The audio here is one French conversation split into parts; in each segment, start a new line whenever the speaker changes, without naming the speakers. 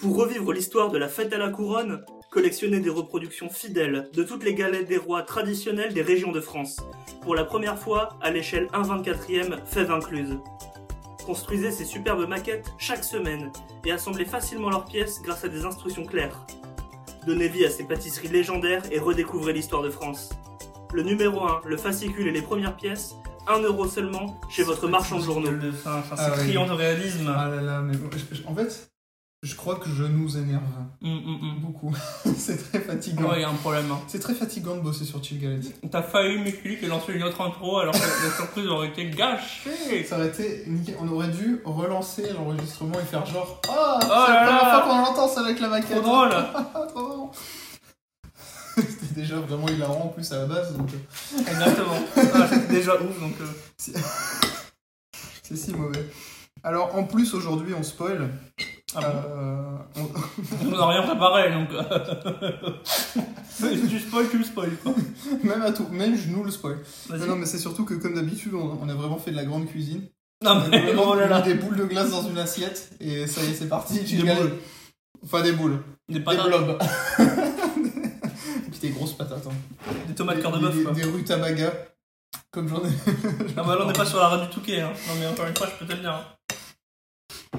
Pour revivre l'histoire de la fête à la couronne, collectionnez des reproductions fidèles de toutes les galettes des rois traditionnelles des régions de France. Pour la première fois, à l'échelle 1/24e, fève incluse. Construisez ces superbes maquettes chaque semaine et assemblez facilement leurs pièces grâce à des instructions claires. Donnez vie à ces pâtisseries légendaires et redécouvrez l'histoire de France. Le numéro 1, le fascicule et les premières pièces, 1 euro seulement chez votre marchand de journaux.
De fin, enfin,
Ah
c'est
oui.
criant de réalisme.
Ah là là, mais bon, je- je- en fait, je crois que je nous énerve
Hum, hum, hum.
beaucoup. c'est très fatigant.
Ouais, il y a un problème. hein.
C'est très fatigant de bosser sur Chill Galette.
T'as failli m'expliquer et lancer une autre intro alors que la surprise aurait été gâchée.
Ça aurait été nickel. On aurait dû relancer l'enregistrement et faire genre Ah, c'est
là
la première
Oh là.
fois qu'on l'entend ça avec la maquette.
Trop drôle.
Ah, trop marrant. C'était déjà vraiment hilarant en plus à la base. Donc... euh,
Exactement. Ah, c'est déjà ouf donc. euh,
C'est si mauvais. Alors en plus aujourd'hui on spoil.
ah bon.
Euh, on-
On n'a rien préparé donc. euh, tu spoil, tu me spoil quoi.
même à tout, même je nous le spoil.
Vas-y.
Non, non mais c'est surtout que comme d'habitude on, on a vraiment fait de la grande cuisine.
Non,
On a
mais
vraiment
oh là là.
mis des boules de glace dans une assiette et ça y est c'est parti. tu
Des
gagnes.
boules.
Enfin des boules.
Des
Des
patates,
blobs. et puis des grosses patates. hein.
des tomates
Des-
cœur de
des-
bœuf quoi.
Des, des rutabagas. Comme j'en ai.
Non, mais là Ah bah on n'est pas sur la radio du Touquet hein. Non mais encore une fois je peux te le dire. hein.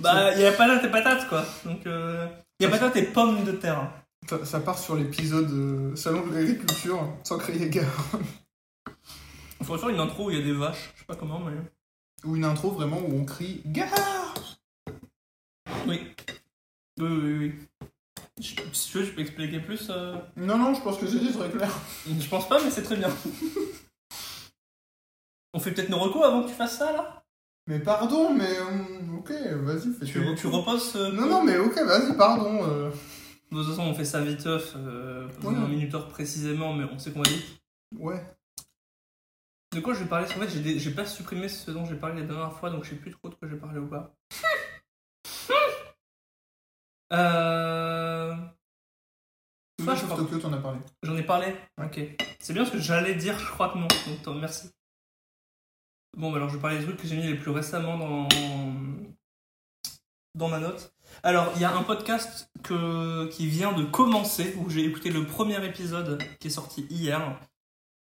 bah il y a patates et patates quoi. Donc euh, il y a patates et pommes de terre. hein.
Ça, ça part sur l'épisode euh, Salon de l'agriculture sans créer gare.
Faut faire une intro où il y a des vaches. Je sais pas comment mais.
Ou une intro vraiment où on crie gare.
Oui. Oui oui oui. Je- Si tu veux je peux expliquer plus. euh,
Non non je pense que c'était très clair.
Je pense pas mais c'est très bien. On fait peut-être nos recos avant que tu fasses ça là
Mais pardon, mais euh, ok, vas-y, fais
Tu,
tes
tu
recours.
reposes euh,
Non, non, mais ok, vas-y, pardon. euh.
De toute façon, on fait ça vite off, euh, dans
Ouais.
un minuteur précisément, mais on sait qu'on va vite.
Ouais.
De quoi je vais parler En fait, j'ai des- j'ai pas supprimé ce dont j'ai parlé la dernière fois, donc je sais plus trop de quoi j'ai parlé ou pas. euh...
Tout
Enfin,
le
je crois.
Tokyo, t'en as parlé.
J'en ai parlé Ok. C'est bien ce que j'allais dire, je crois que non. Donc, t'en merci. Bon, bah alors je vais parler des trucs que j'ai mis les plus récemment dans, dans ma note. Alors, il y a un podcast que... qui vient de commencer, où j'ai écouté le premier épisode qui est sorti hier.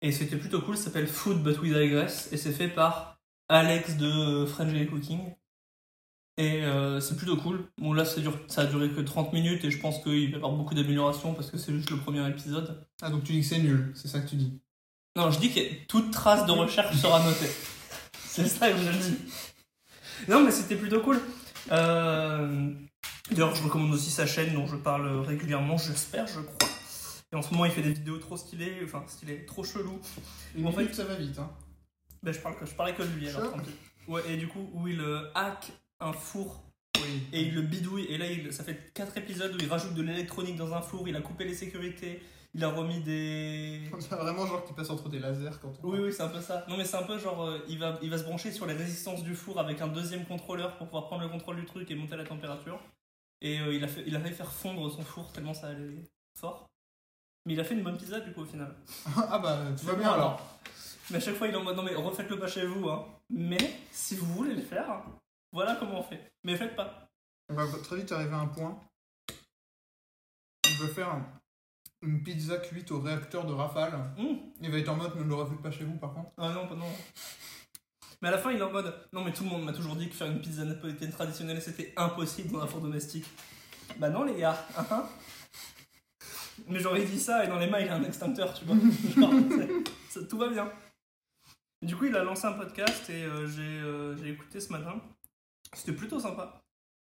Et c'était plutôt cool, ça s'appelle Food But We Digress. Et c'est fait par Alex de French Daily Cooking. Et euh, c'est plutôt cool. Bon, là, ça, dure... ça a duré que 30 minutes et je pense qu'il va y avoir beaucoup d'améliorations parce que c'est juste le premier épisode.
Ah, donc tu dis que c'est nul, c'est ça que tu dis.
Non, je dis que toute trace de recherche sera notée. C'est ça que je dis. Non, mais c'était plutôt cool. Euh, D'ailleurs, je recommande aussi sa chaîne dont je parle régulièrement, j'espère, je crois. Et en ce moment, il fait des vidéos trop stylées, enfin stylées, trop chelou.
Une
En
minute, ça va vite, hein.
Ben, je, parle que, je parlais que de lui, alors
Sure.
tant pis. Ouais, et du coup, où il euh, hack un four
Oui.
et il le bidouille. Et là, il, ça fait 4 épisodes où il rajoute de l'électronique dans un four, il a coupé les sécurités, il a remis des.
On dirait vraiment genre qui passe entre des lasers quand on.
Oui, oui, c'est un peu ça. Non, mais c'est un peu genre, euh, il, va, il va se brancher sur les résistances du four avec un deuxième contrôleur pour pouvoir prendre le contrôle du truc et monter la température. Et euh, il, a fait, il a fait faire fondre son four tellement ça allait fort. Mais il a fait une bonne pizza du coup au final.
ah bah, tu vas bien alors.
Mais à chaque fois, il est en mode non, mais refaites-le pas chez vous. Hein. Mais si vous voulez le faire, voilà comment on fait. Mais faites pas.
On va très vite arriver à un point. On va faire un- une pizza cuite au réacteur de rafale.
Mmh.
Il va être en mode, ne l'aurez pas chez vous par contre.
Ah non, pas non. Mais à la fin, il est en mode non, mais tout le monde m'a toujours dit que faire une pizza napolitaine traditionnelle c'était impossible dans un four domestique. Bah non, les gars. hein, hein. mais j'aurais dit ça et dans les mains il a un extincteur, tu vois. Genre, c'est- ça- tout va bien. Du coup, il a lancé un podcast et euh, j'ai euh, j'ai écouté ce matin. C'était plutôt sympa.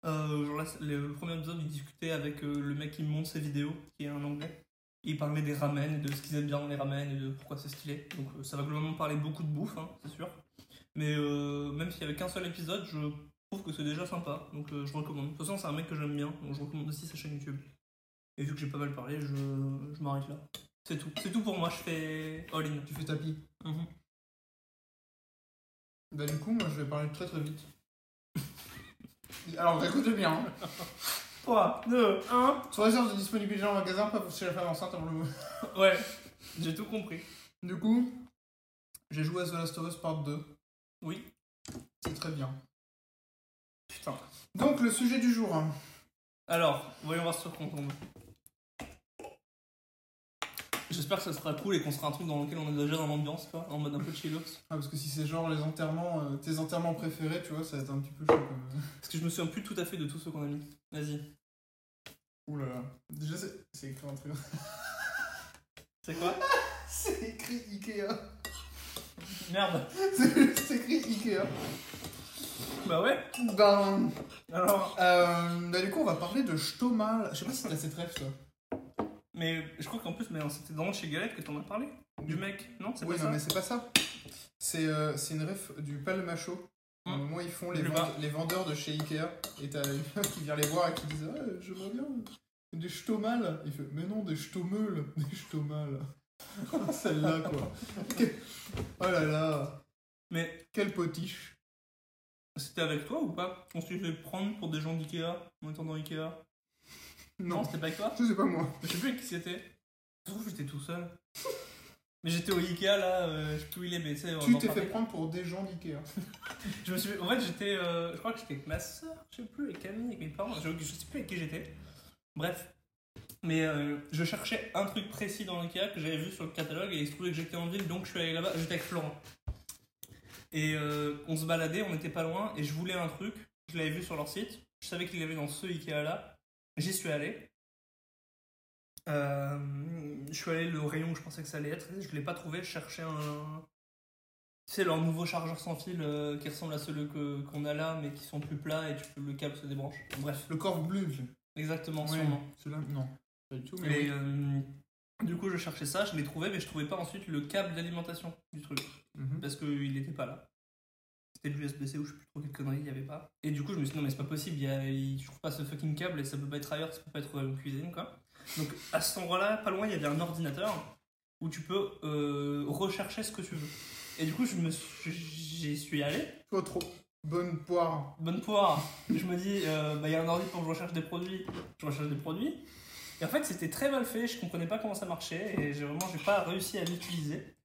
Euh, genre là, c'est- le, le premier épisode, il discutait avec euh, le mec qui monte ses vidéos, qui est un anglais. Il parlait des ramen, de ce qu'ils aiment bien dans les ramen et de pourquoi c'est stylé. Donc euh, ça va globalement parler beaucoup de bouffe, hein, c'est sûr. Mais euh, même s'il y avait qu'un seul épisode, je trouve que c'est déjà sympa. Donc euh, je recommande. De toute façon, c'est un mec que j'aime bien, donc je recommande aussi sa chaîne YouTube. Et vu que j'ai pas mal parlé, je, je m'arrête là. C'est tout. C'est tout pour moi, je fais all-in.
Tu fais tapis.
Mhm.
Bah du coup, moi je vais parler très très vite. Alors écoutez bien. hein.
3, 2, 1.
Sur réserve de disponibilité en magasin, pas chez la femme enceinte avant le moment.
Ouais, j'ai tout compris.
Du coup, j'ai joué à The Last of Us Part 2.
Oui.
C'est très bien.
Putain.
Donc, le sujet du jour. hein.
Alors, voyons voir sur quoi on tombe. J'espère que ça sera cool et qu'on sera un truc dans lequel on est déjà dans l'ambiance, quoi, en mode un peu chillox.
Ah, parce que si c'est genre les enterrements, euh, tes enterrements préférés, tu vois, ça va être un petit peu chaud. Comme...
Parce que je me souviens plus tout à fait de tout ce qu'on a mis. Vas-y.
Ouh là là. Déjà, c'est- c'est écrit un truc.
C'est quoi
c'est écrit Ikea.
Merde.
C'est juste écrit Ikea.
Bah ouais.
Ben,
Alors.
euh, bah, du coup, on va parler de Stomal. Je sais pas si t'as cette rêve, toi.
Mais je crois qu'en plus, mais c'était dans chez Galette que t'en as parlé. Du mec. Non, c'est
Oui,
pas
non, mais
ça.
c'est pas ça. C'est euh, c'est une ref du Palmacho. À un
Hmm.
moment, ils font les,
Je sais
vende- les vendeurs de chez Ikea. Et t'as une meuf qui vient les voir et qui dit Ah, j'aimerais bien des stomal. Il fait Mais non, des stomeul. Des stomal. Celle-là, quoi. oh là là.
Mais
Quelle potiche.
c'était avec toi ou pas On s'est fait prendre pour des gens d'Ikea en étant dans Ikea.
Non,
Non, c'était pas avec toi
je sais pas moi.
Je sais plus avec qui c'était. Je trouve que j'étais tout seul. Mais j'étais au Ikea là, euh, je sais plus où il est, mais tu sais. on
Tu
en
t'es
parlait.
fait prendre pour des gens d'Ikea.
Je me suis... En fait, j'étais. euh, je crois que j'étais avec ma soeur, je sais plus, avec Camille, avec mes parents, je, je sais plus avec qui j'étais. Bref. Mais euh, je cherchais un truc précis dans l'IKEA que j'avais vu sur le catalogue et il se trouvait que j'étais en ville donc je suis allé là-bas, j'étais avec Florent. Et euh, on se baladait, on n'était pas loin et je voulais un truc, je l'avais vu sur leur site, je savais qu'il y avait dans ce IKEA là, j'y suis allé. Euh, je suis allé le rayon où je pensais que ça allait être, je l'ai pas trouvé, je cherchais un, c'est leur nouveau chargeur sans fil euh, qui ressemble à ceux que- qu'on a là, mais qui sont plus plats et tu peux- le câble se débranche. Bref,
Le corps bleu.
exactement,
Ouais,
sûrement.
Celui-là Non. Pas du tout, mais.
Et,
oui.
euh, du coup, je cherchais ça, je l'ai trouvé, mais je trouvais pas ensuite le câble d'alimentation du truc
Mhm.
parce qu'il n'était pas là. C'était de l'USB-C ou je sais plus trop quelle connerie il n'y avait pas. Et du coup, je me suis dit non, mais c'est pas possible, il y a- il- je trouve pas ce fucking câble et ça peut pas être ailleurs, ça peut pas être en cuisine quoi. Donc à cet endroit-là, pas loin, il y avait un ordinateur où tu peux euh, rechercher ce que tu veux. Et du coup, je me suis- j'y suis allé.
Toi, trop bonne poire.
bonne poire. Je me dis, euh, bah, il y a un ordi pour que je recherche des produits. Je recherche des produits. Et en fait, c'était très mal fait. Je comprenais pas comment ça marchait. Et j'ai vraiment, j'ai pas réussi à l'utiliser.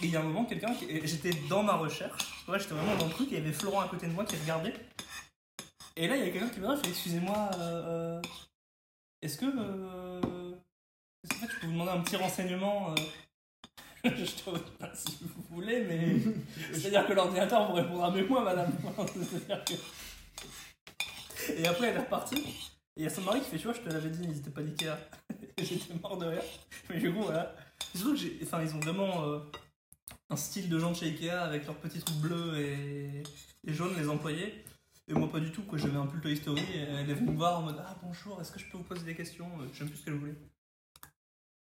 Et il y a un moment, quelqu'un qui. et J'étais dans ma recherche. Tu vois, j'étais vraiment dans le truc. et Il y avait Florent à côté de moi qui regardait. Et là, il y a quelqu'un qui me dit, excusez-moi, euh, euh, est-ce que. euh, est-ce que tu peux vous demander un petit renseignement euh, Je te pas si vous voulez, mais. C'est-à-dire que l'ordinateur vous répondra mieux que moi, madame. C'est-à-dire que- Et après, elle est repartie. Et il y a son mari qui fait, tu vois, je te l'avais dit, ils étaient pas d'Ikea. Et J'étais mort de rire. Mais du coup, voilà. Et Surtout que j'ai... Enfin, ils ont vraiment euh, un style de gens de chez Ikea avec leurs petits trucs bleus et, et jaunes, les employés. Et moi, pas du tout, quoi. J'avais un pull Toy Story. Et elle est venue me voir en mode, ah bonjour, est-ce que je peux vous poser des questions Euh, Je sais même plus ce qu'elle voulait.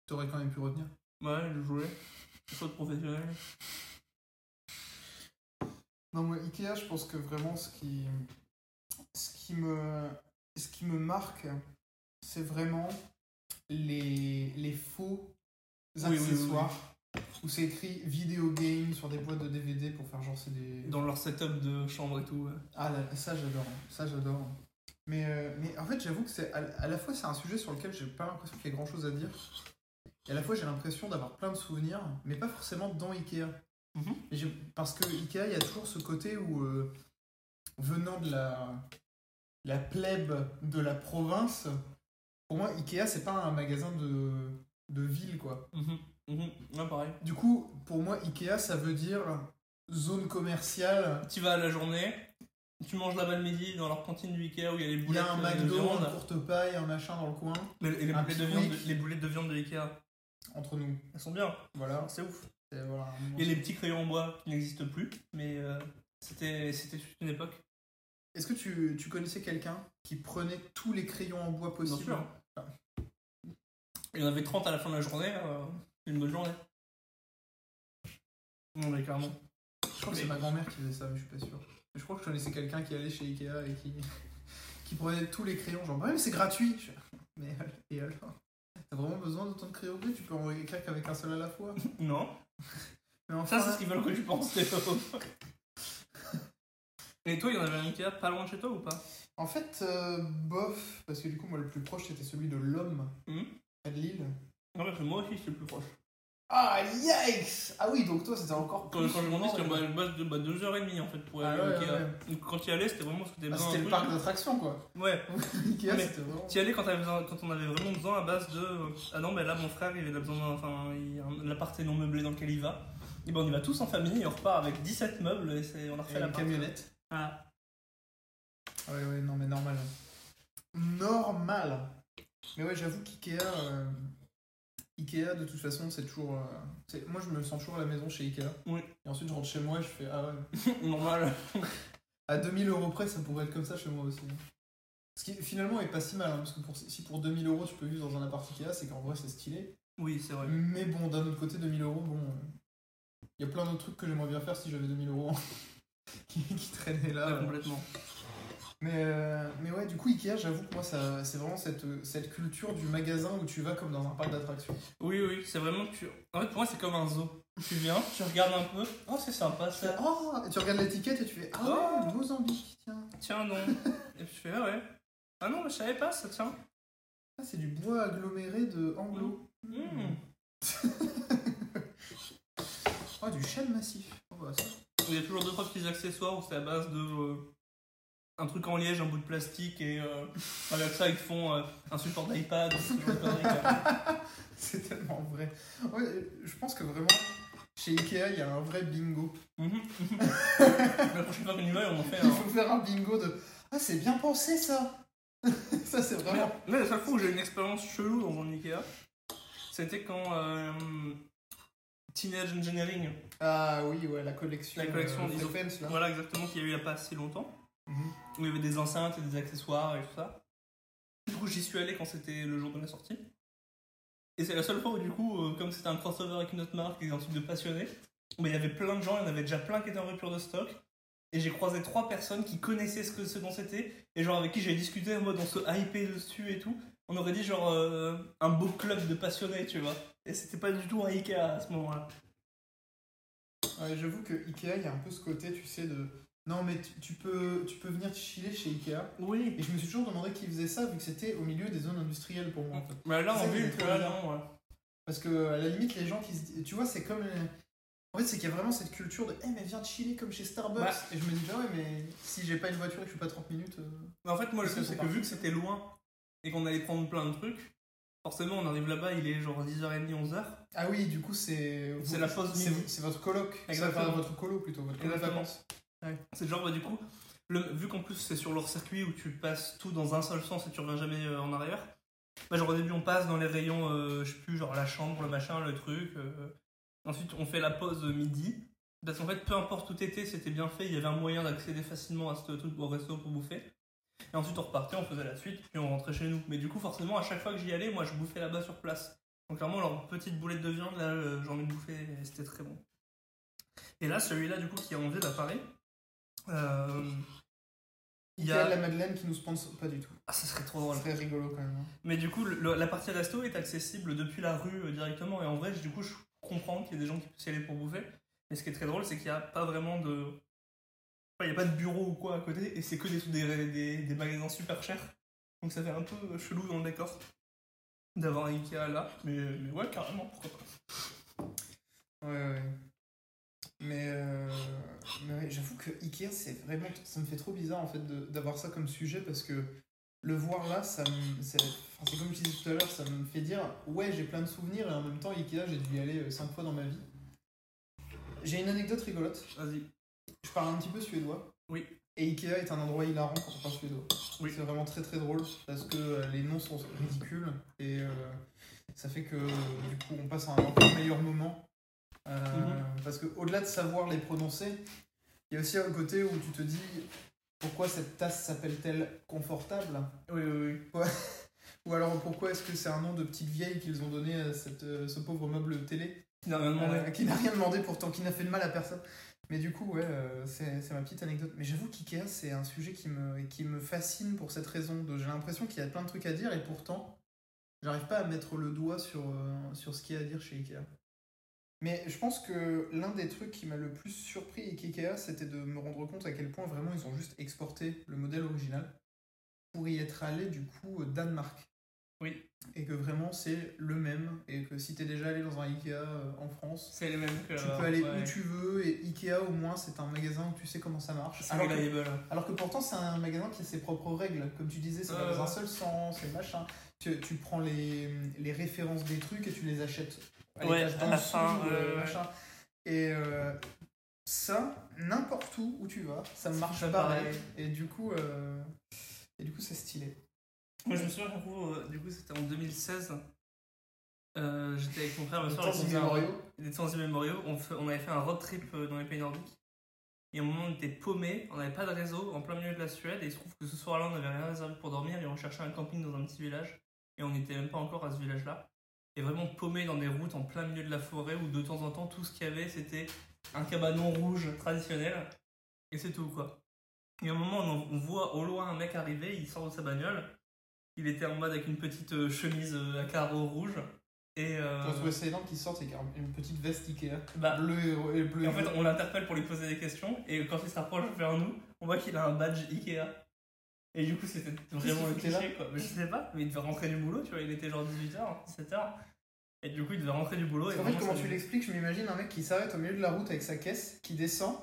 T'aurais quand même pu retenir.
Ouais, je voulais. Soit professionnel.
Non, moi, Ikea, je pense que vraiment ce qui, ce qui, me, ce qui me marque, c'est vraiment les, les faux
Oui, oui, oui,
accessoires où c'est écrit vidéo game sur des boîtes de DVD pour faire genre c'est des.
Dans leur setup de chambre et tout. ouais.
Ah, là, ça j'adore, ça j'adore. Mais, euh, mais en fait, j'avoue que c'est à, à la fois c'est un sujet sur lequel j'ai pas l'impression qu'il y a grand chose à dire, et à la fois j'ai l'impression d'avoir plein de souvenirs, mais pas forcément dans Ikea.
Mhm.
Et j'ai- Parce que Ikea, il y a toujours ce côté où, euh, venant de la, la plèbe de la province, pour moi, Ikea, c'est pas un magasin de, de ville quoi.
Mhm, mhm. Ouais, pareil.
Du coup, pour moi, Ikea, ça veut dire zone commerciale
Tu vas à la journée, tu manges là-bas le midi dans leur cantine du Ikea où il y a les
Il y
boulettes euh,
a un
de
McDo,
viande.
une courte paille, un machin dans le coin,
Mais les, les
un
boulettes de
Pickwick.
viande, les boulettes de viande de Ikea,
entre nous.
elles sont bien,
Voilà.
c'est ouf.
c'est- voilà, un moment.
Il y a les petits crayons en bois qui n'existent plus, mais euh, c'était c'était toute une époque.
Est-ce que tu, tu connaissais quelqu'un qui prenait tous les crayons en bois
Bien
possibles
sûr. Il y en avait 30 à la fin de la journée, euh, une bonne journée. Non mais clairement.
Je crois que c'est ma grand-mère qui faisait ça, mais je suis pas sûr. Mais je crois que je connaissais quelqu'un qui allait chez Ikea et qui, qui prenait tous les crayons, genre, bah, mais c'est gratuit Je fais, Mais al- et alors T'as vraiment besoin d'autant de crayons Tu peux en écrire qu'avec un seul à la fois
Non,
Mais enfin,
ça c'est ce qu'ils veulent que tu penses, Théo. Et toi, il y en avait un Ikea pas loin de chez toi ou pas
En fait, euh, bof, parce que du coup, moi, le plus proche, c'était celui de l'homme
Mhm.
près de Lille.
Non, parce que moi aussi c'est le plus proche.
Ah, yikes Ah oui, donc toi, c'était encore
Quand,
plus
quand je grandis, c'était bah,
Ah,
le base de 2h30 en fait pour aller
Ah ouais,
à Ikea.
ouais.
Donc, quand tu y allais, c'était vraiment ce que t'avais besoin
Ah, C'était le
d'un
parc d'attractions, quoi.
truc. Ouais.
Ikea,
Ah, Mais-
c'était vraiment...
Tu y allais quand, t'avais besoin- quand on avait vraiment besoin à base de euh, ah non mais là mon frère il a besoin d'un- enfin il- un- l'appart est non meublé dans lequel il va et ben on y va tous en famille et on repart avec 17 meubles et c'est- on a
Et
refait la
une camionnette.
Ah.
Ah Ouais, ouais, non, mais normal. hein. Normal Mais ouais, j'avoue qu'Ikea... euh, Ikea, de toute façon, c'est toujours... euh, c'est- Moi, je me sens toujours à la maison chez Ikea.
Oui.
Et ensuite, je rentre chez moi et je fais... Ah ouais,
normal
À 2000 euros près, ça pourrait être comme ça chez moi aussi. hein. Ce qui finalement est pas si mal, hein, parce que pour- si pour 2000 euros tu peux vivre dans un appart Ikea, c'est qu'en vrai c'est stylé.
oui c'est vrai
Mais bon, d'un autre côté, 2000 euros, bon. Il y a plein d'autres trucs que j'aimerais bien faire si j'avais 2000 euros qui, qui traînaient là.
Ouais,
euh.
complètement
Mais, euh, mais ouais, du coup, Ikea, j'avoue que moi, ça- c'est vraiment cette, cette culture du magasin où tu vas comme dans un parc d'attractions.
oui oui c'est vraiment tu en fait pour moi c'est comme un zoo tu viens tu regardes un peu oh c'est sympa
Tu fais,
ça
Oh Et tu regardes l'étiquette et tu fais Ah ouais, Mozambique, tiens.
tiens non et puis je fais ah ouais ah non mais je savais pas ça tiens
Ah, c'est du bois aggloméré de anglo.
Hmm.
Ah, du chêne massif. Oh, bah, ça,
il y a toujours deux trois petits accessoires où c'est à base de euh, un truc en liège un bout de plastique et euh, avec ça ils te font euh, un support d'iPad ce genre de conneries, quoi.
C'est tellement vrai. Ouais, je pense que vraiment, chez Ikea, il y a un vrai bingo.
Mhm. La prochaine fois qu'on y va, on en fait
Il
un.
faut faire un bingo de Ah, c'est bien pensé ça Ça, c'est vraiment.
Mais la seule fois où j'ai eu une expérience chelou dans un Ikea, c'était quand euh, Teenage Engineering,
Ah oui, ouais, la collection.
La collection,
euh,
ils ont-
Frequences, là.
voilà exactement, qu'il y a eu il n'y a pas si longtemps,
Mhm.
où il y avait des enceintes et des accessoires et tout ça. Du coup, j'y suis allé quand c'était le jour de la sortie. Et c'est la seule fois où, du coup, euh, comme c'était un crossover avec une autre marque et un truc de passionné, mais il y avait plein de gens, il y en avait déjà plein qui étaient en rupture de stock. Et j'ai croisé trois personnes qui connaissaient ce, que, ce dont c'était, et genre avec qui j'ai discuté en mode on se hypait dessus et tout. On aurait dit genre euh, un beau club de passionnés, tu vois. Et c'était pas du tout un Ikea à ce moment-là.
Ouais, J'avoue que Ikea, il y a un peu ce côté, tu sais, de. Non, mais tu, tu peux, tu peux venir chiller chez Ikea.
Oui.
Et je me suis toujours demandé qui faisait ça, vu que c'était au milieu des zones industrielles pour moi. en fait.
Mais Bah là, en
C'est
ville,
trop
tu vois,
bizarre.
non, ouais.
Parce que à la limite, les gens qui se disent. Tu vois, c'est comme. les- En fait, c'est qu'il y a vraiment cette culture de. Eh, mais viens chiller comme chez Starbucks.
Ouais.
Et je me dis, bah ouais, mais si j'ai pas une voiture et que je suis pas 30 minutes. euh,
Mais en fait, moi, le
Ils
truc,
sont
c'est que
partis.
vu que c'était loin et qu'on allait prendre plein de trucs, forcément, on arrive là-bas, il est genre 10h30, 11h.
Ah oui, du coup, c'est.
C'est la pause
C'est
midi.
c'est votre coloc.
Exactement.
Exactement. Votre colo plutôt. Votre colo de
Exactement.
vacances.
C'est genre, bah, du coup, le- vu qu'en plus, c'est sur leur circuit où tu passes tout dans un seul sens et tu reviens jamais euh, en arrière. Bah, genre, au début, on passe dans les rayons, euh, je sais plus, genre la chambre, le machin, le truc. euh. Ensuite, on fait la pause midi. Parce qu'en fait, peu importe où t'étais, c'était bien fait, il y avait un moyen d'accéder facilement à ce truc au resto pour bouffer. Et ensuite, on repartait, on faisait la suite, puis on rentrait chez nous. Mais du coup, forcément, à chaque fois que j'y allais, moi, je bouffais là-bas sur place. Donc, clairement, leur petite boulette de viande, là, euh, j'en ai bouffé, et c'était très bon. Et là, celui-là, du coup, qui est en ville à Paris, euh, il y
Ikea de
a.
la Madeleine qui nous sponsor. Pas du tout.
Ah, ça serait trop drôle.
C'est très rigolo quand même. hein.
Mais du coup, le- la partie resto est accessible depuis la rue euh, directement. Et en vrai, du coup, je comprends qu'il y a des gens qui puissent y aller pour bouffer. Mais ce qui est très drôle, c'est qu'il n'y a pas vraiment de. enfin, il n'y a pas de bureau ou quoi à côté. Et c'est que des, des, des- des magasins super chers. Donc ça fait un peu euh, chelou dans le décor d'avoir un Ikea là. Mais, mais ouais, carrément, pourquoi pas.
Ouais, ouais. Mais, euh, mais ouais, j'avoue que Ikea, c'est vraiment. Ça me fait trop bizarre en fait de- d'avoir ça comme sujet parce que le voir là, ça me. C'est enfin, c'est comme je disais tout à l'heure, ça me fait dire ouais, j'ai plein de souvenirs et en même temps, Ikea, j'ai dû y aller 5 fois dans ma vie. J'ai une anecdote rigolote.
Vas-y.
Je parle un petit peu suédois.
Oui.
Et Ikea est un endroit hilarant quand on parle suédois.
Oui.
C'est vraiment très très drôle parce que euh, les noms sont ridicules et euh, ça fait que euh, du coup on passe à un encore meilleur moment. Euh,
Mhm.
Parce que au-delà de savoir les prononcer, il y a aussi un côté où tu te dis pourquoi cette tasse s'appelle-t-elle confortable
Oui, oui, oui.
Ou alors pourquoi est-ce que c'est un nom de petite vieille qu'ils ont donné à cette, euh, ce pauvre meuble télé
Tu n'as rien demandé.
euh, qui n'a rien demandé pourtant, qui n'a fait de mal à personne. Mais du coup, ouais, euh, c'est c'est ma petite anecdote. Mais j'avoue qu'IKEA, c'est un sujet qui me, qui me fascine pour cette raison. de- J'ai l'impression qu'il y a plein de trucs à dire et pourtant, j'arrive pas à mettre le doigt sur, euh, sur ce qu'il y a à dire chez IKEA. Mais je pense que l'un des trucs qui m'a le plus surpris avec IKEA, c'était de me rendre compte à quel point vraiment ils ont juste exporté le modèle original pour y être allé du coup au Danemark.
Oui.
et que vraiment c'est le même et que si t'es déjà allé dans un Ikea euh, en France,
C'est le même que.
tu peux aller où tu veux et Ikea au moins c'est un magasin où tu sais comment ça marche.
C'est
Alors que,
reliable.
alors que pourtant c'est un magasin qui a ses propres règles, comme tu disais, c'est
Ouais,
pas dans
ouais.
un seul sens, c'est machin. Tu, tu prends les, les références des trucs et tu les achètes à
Ouais,
l'étage
à la
d'en dessous,
fin,
euh,
ouais, ouais.
machin. Et euh, ça, n'importe où où tu vas, ça marche
pas
pareil.
pareil.
Et du coup, euh, et du coup c'est stylé.
Moi, je me souviens qu'un coup, euh, du coup, c'était en 2016. Euh, J'étais avec mon frère, ma soeur,
Tant
on faisait un-
Memorial.
des temps immémoriaux, on, fe- on avait fait un road trip euh, dans les pays nordiques. Et à un moment, on était paumés, on n'avait pas de réseau, en plein milieu de la Suède. Et il se trouve que ce soir-là, on n'avait rien réservé pour dormir et on cherchait un camping dans un petit village. Et on n'était même pas encore à ce village-là. Et vraiment paumés dans des routes en plein milieu de la forêt où de temps en temps, tout ce qu'il y avait, c'était un cabanon rouge traditionnel. Et c'est tout, quoi. Et à un moment, on, en- on voit au loin un mec arriver, il sort de sa bagnole. Il était en mode avec une petite euh, chemise euh, à carreaux rouges. Et. euh,
T'as trouvé ça énorme qui sortent avec un- une petite veste Ikea.
bah,
Bleu et, et bleu.
Et
et
en fait,
bleu.
on l'interpelle pour lui poser des questions, et quand il se rapproche vers nous, on voit qu'il a un badge Ikea. Et du coup, c'était vraiment
qu'il
le
foutait là
cliché, quoi. Mais je sais pas, mais il devait rentrer du boulot, tu vois, il était genre 18h, 17h. Et du coup, il devait rentrer du boulot.
Parce
et
qu'en fait,
vraiment,
comment
ça-
tu l'expliques Je m'imagine un mec qui s'arrête au milieu de la route avec sa caisse, qui descend,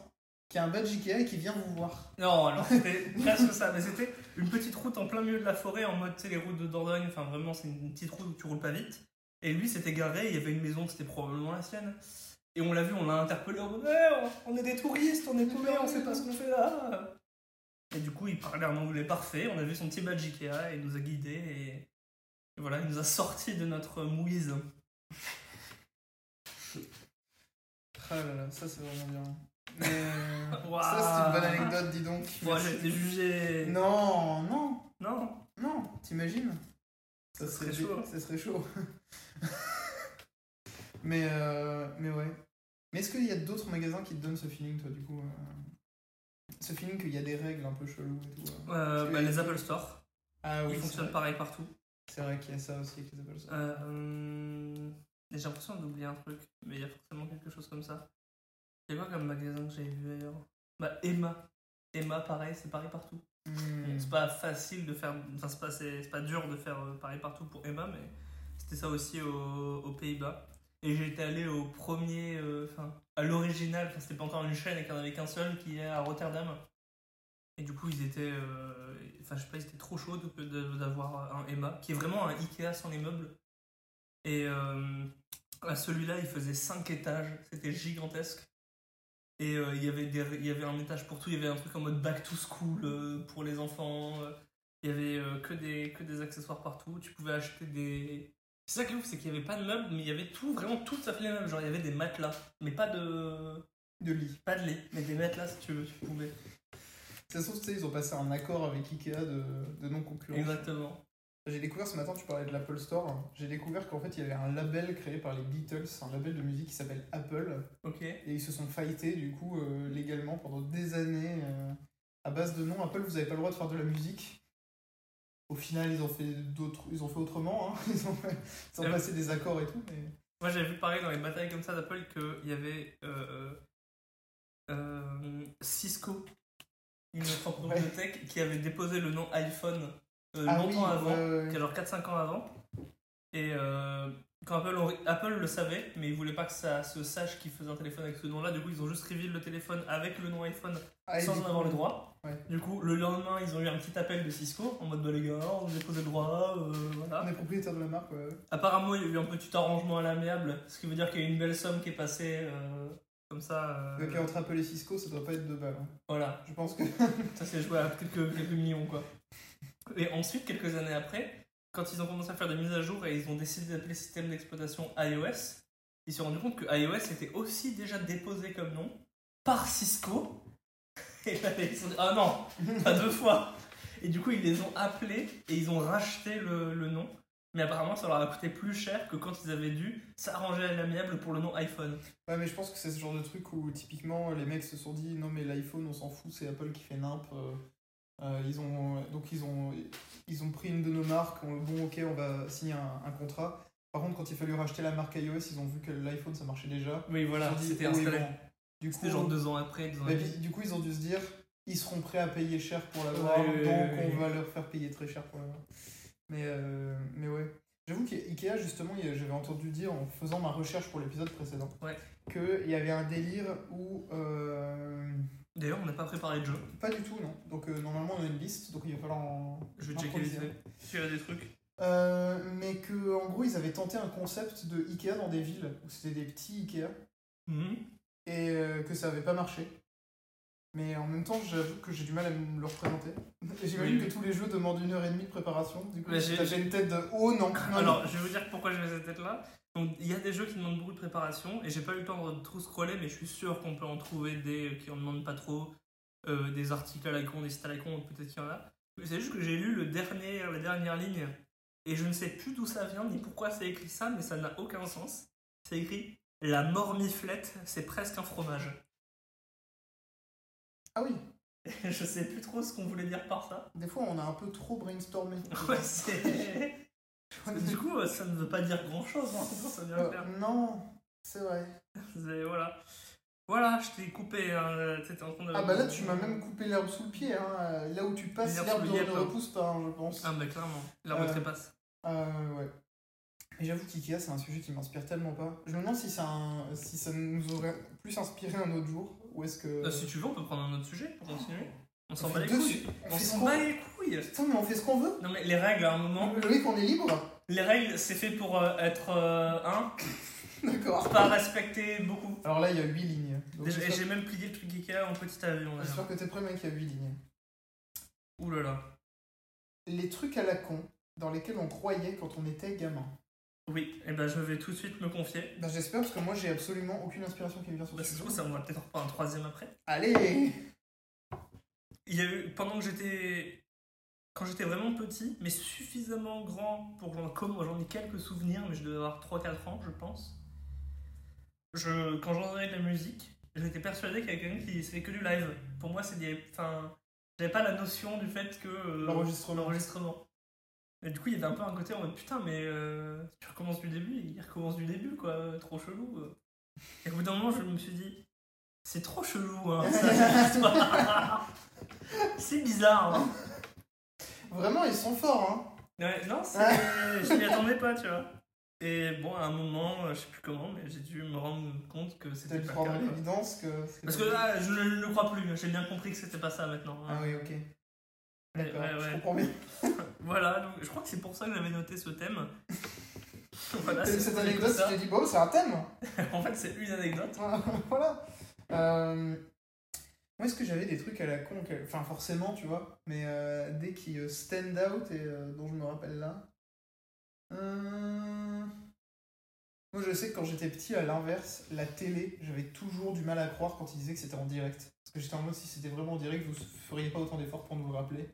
qui a un badge Ikea et qui vient vous voir.
Non, alors c'était presque ça, mais c'était une petite route en plein milieu de la forêt, en mode, tu sais, les routes de Dordogne, enfin vraiment, c'est une petite route où tu roules pas vite. Et lui s'était garé, il y avait une maison, c'était probablement la sienne. Et on l'a vu, on l'a interpellé en mode, Eh, on on est des touristes, on est paumés, on sait pas ce qu'on fait là. Et du coup, il parlait un anglais parfait, on a vu son petit badge Ikea, et il nous a guidés, et... et voilà, il nous a sortis de notre mouise.
Ah là là, ça c'est vraiment bien. Mais, euh,
Waouh.
Ça c'est une bonne anecdote, dis donc.
Moi,
Merci.
j'ai été jugé.
Non, non,
Non.
non, t'imagines
Ça serait
dé-
chaud.
Ça serait chaud. mais, euh, mais ouais. Mais est-ce qu'il y a d'autres magasins qui te donnent ce feeling, toi, du coup euh, Ce feeling qu'il y a des règles un peu cheloues et tout. euh
Euh,
Parce
bah,
que-
les Apple Store,
Ah oui,
ils
c'est
fonctionnent
vrai.
pareil partout.
C'est vrai qu'il y a ça aussi avec les Apple Store.
Euh, J'ai l'impression d'oublier un truc, mais il y a forcément quelque chose comme ça. C'est quoi comme magasin que j'avais vu ailleurs Bah Emma. Emma, pareil, c'est pareil partout.
Hmm.
C'est pas facile de faire, enfin c'est pas, c'est c'est pas dur de faire euh, pareil partout pour Emma, mais c'était ça aussi au- aux Pays-Bas. Et j'étais allé au premier, euh, enfin à l'original, enfin, c'était pas encore une chaîne et qu'il n'y en avait qu'un seul, qui est à Rotterdam. Et du coup ils étaient, euh, enfin je sais pas, ils étaient trop chauds de- de- d'avoir un Emma, qui est vraiment un Ikea sans les meubles. Et euh, à celui-là il faisait 5 étages, c'était gigantesque. Et euh, il y avait des- il y avait un étage pour tout, il y avait un truc en mode back to school euh, pour les enfants. euh, Il y avait euh, que, des, que des accessoires partout. Tu pouvais acheter des. C'est ça qui est ouf, c'est qu'il n'y avait pas de meubles, mais il y avait tout, vraiment tout ça fait les meubles. Genre il y avait des matelas, mais pas de.
De lit.
Pas de lait, mais des matelas si tu veux, tu pouvais.
Ça se trouve, tu sais, ils ont passé un accord avec Ikea de, de non-concurrence.
Exactement.
J'ai découvert ce matin, tu parlais de l'Apple Store. J'ai découvert qu'en fait, il y avait un label créé par les Beatles, un label de musique qui s'appelle Apple.
Ok.
Et ils se sont fightés, du coup, euh, légalement pendant des années. euh, à base de non, Apple, vous n'avez pas le droit de faire de la musique. Au final, ils ont fait, d'autres, ils ont fait autrement. hein. Ils ont, ils ont
Euh.
passé des accords et tout. Mais...
Moi j'avais vu pareil dans les batailles comme ça d'Apple qu'il y avait euh, euh, Cisco, une autre entreprise de tech, qui avait déposé le nom iPhone euh, longtemps avant.
Ah ouais, ouais, ouais.
qui a genre 4-5 ans avant. Et euh, quand Apple, aurait- Apple le savait, mais ils voulaient pas que ça se sache qu'ils faisaient un téléphone avec ce nom-là. Du coup, ils ont juste reveal le téléphone avec le nom iPhone
Ah, et
sans
du
en
coup,
avoir le droit.
Ouais.
Du coup, le lendemain, ils ont eu un petit appel de Cisco en mode bah les gars, on vous a posé le droit, euh,
On
voilà.
est propriétaire de la marque. ouais.
Apparemment, il y a eu un petit arrangement à l'amiable, ce qui veut dire qu'il y a eu une belle somme qui est passée euh, comme ça. euh,
Ok, entre Apple et Cisco, ça doit pas être de balles. hein.
voilà.
Je pense que.
Ça s'est joué à quelques, quelques millions, quoi. Et ensuite, quelques années après, quand ils ont commencé à faire des mises à jour et ils ont décidé d'appeler système d'exploitation iOS, ils se sont rendus compte que iOS était aussi déjà déposé comme nom par Cisco. Et là, ils se sont dit, ah non, pas deux fois. Et du coup, ils les ont appelés et ils ont racheté le, le nom. Mais apparemment, ça leur a coûté plus cher que quand ils avaient dû s'arranger à l'amiable pour le nom iPhone.
Ouais, mais je pense que c'est ce genre de truc où typiquement les mecs se sont dit non, mais l'iPhone on s'en fout, c'est Apple qui fait nimp. euh, euh, ils ont, donc ils ont, ils ont pris une de nos marques, on- bon, ok, on va signer un, un contrat. Par contre, quand il fallut racheter la marque iOS, ils ont vu que l'iPhone ça marchait déjà.
Oui, voilà,
Ils ont dit,
c'était
oh, oui,
installé.
bon. Du coup,
C'était genre deux ans après, deux ans
bah,
et demi.
puis, du coup, ils ont dû se dire ils seront prêts à payer cher pour l'avoir,
Ouais, ouais,
donc
ouais,
on
ouais.
va leur faire payer très cher pour l'avoir. Mais, euh, mais ouais. J'avoue qu'Ikea, justement, il y a- j'avais entendu dire en faisant ma recherche pour l'épisode précédent
Ouais.
qu'il y avait un délire où. euh,
D'ailleurs, on n'a pas préparé de jeu.
Pas du tout, non. Donc euh, normalement, on a une liste, donc il va falloir en.
Je vais
en
checker vite
improviser.
fait. Tu as des trucs
Euh, mais que en gros ils avaient tenté un concept de Ikea dans des villes où c'était des petits Ikea
Mhm.
et euh, que ça avait pas marché. Mais en même temps, j'avoue que j'ai du mal à me le représenter. Et J'imagine
Oui, oui.
que tous les jeux demandent une heure et demie de préparation. Du coup,
Mais
si
j'ai-
t'as fait une tête de oh non, non, non.
Alors, je vais vous dire pourquoi je vais cette tête-là. Donc, il y a des jeux qui demandent beaucoup de préparation et j'ai pas eu le temps de tout scroller, mais je suis sûr qu'on peut en trouver des qui en demandent pas trop, euh, des articles à la con, des sites à la con, peut-être qu'il y en a. Mais C'est juste que j'ai lu le dernier, la dernière ligne et je ne sais plus d'où ça vient ni pourquoi c'est écrit ça, mais ça n'a aucun sens. C'est écrit la mormiflette, c'est presque un fromage.
Ah oui,
je sais plus trop ce qu'on voulait dire par ça.
des fois on a un peu trop brainstormé.
Ouais, c'est. du coup, euh, ça ne veut pas dire grand chose, ça veut rien
Euh,
faire.
non, c'est vrai.
C'est- Voilà. Voilà, je t'ai coupé. hein, t'étais en train de-
Ah bah là tu m'as même coupé l'herbe sous le pied. Hein. Là où tu passes,
L'herbe
l'herbe
sous
ne
le guêpe,
ne
hein.
repousse pas, hein, je pense.
Ah bah clairement, l'arbre
Euh.
trépasse.
Euh, ouais. Et j'avoue qu'IKEA, c'est un sujet qui m'inspire tellement pas. Je me demande si, c'est un- si ça nous aurait plus inspiré un autre jour, ou est-ce que...
Euh, si tu veux, on peut prendre un autre sujet pour continuer. On s'en
Ah. fait
bat les
deux
couilles.
su-
On
fait ce
s'en
qu'on
bat
veut.
les couilles.
Putain, mais on fait ce qu'on veut
Non mais les règles à un moment,
Loïc, on est libre
les règles c'est fait pour euh, être euh, un,
D'accord.
pas respecter beaucoup.
Alors là, il y a 8 lignes. Donc Ah,
Déjà, et
j'espère
j'ai même plié le truc Ikea en petit avion. d'ailleurs.
j'espère que t'es prêt, mec, il y a 8 lignes.
Ouh là là.
Les trucs à la con dans lesquels on croyait quand on était gamin.
Oui, et ben je vais tout de suite me confier.
Bah j'espère, parce que moi, j'ai absolument aucune inspiration qui me vient sur
Bah,
ce
c'est
sujet.
tout, ça on va peut-être en reprendre un troisième après.
Allez
Il y a eu, pendant que j'étais. Quand j'étais vraiment petit, mais suffisamment grand pour j'en comme- j'en ai quelques souvenirs, mais je devais avoir 3-4 ans, je pense. Je, quand j'entendais de la musique, j'étais persuadé qu'il y avait quelqu'un qui c'était que du live. Pour moi, c'est des. Enfin, j'avais pas la notion du fait que. euh,
L'enregistrement.
l'enregistrement. Et du coup, il y avait un peu un côté en mode putain, mais euh, tu recommences du début, il recommence du début, quoi, euh, trop chelou. euh. Et au bout d'un moment, je me suis dit, c'est trop chelou, hein, ça, cette histoire. c'est bizarre. hein.
Vraiment, ils sont forts, hein
Ouais, non,
Ah.
c'est- je m'y attendais pas, tu vois. Et bon, à un moment, euh, je sais plus comment, mais j'ai dû me rendre compte que
T'as
c'était pas
dû
le
prendre
cas. quoi.
l'évidence que... c'était-
Parce que là, je ne le crois plus, j'ai bien compris que c'était pas ça maintenant. hein.
Ah oui, ok. D'accord,
Ouais,
je
ouais.
comprends bien.
Voilà, donc je crois que c'est pour ça que j'avais noté ce thème. voilà,
T'as eu cette
Ah, c'est
anecdote,
ça.
je t'ai dit, bon, c'est un thème
En fait, c'est une anecdote.
voilà. Euh, moi, est-ce que j'avais des trucs à la con que- Enfin, forcément, tu vois. Mais euh, dès qui euh, stand out et euh, dont je me rappelle là. Euh, Moi, je sais que quand j'étais petit, à l'inverse, la télé, j'avais toujours du mal à croire quand ils disaient que c'était en direct. Parce que j'étais en mode, si c'était vraiment en direct, vous feriez pas autant d'efforts pour nous le rappeler.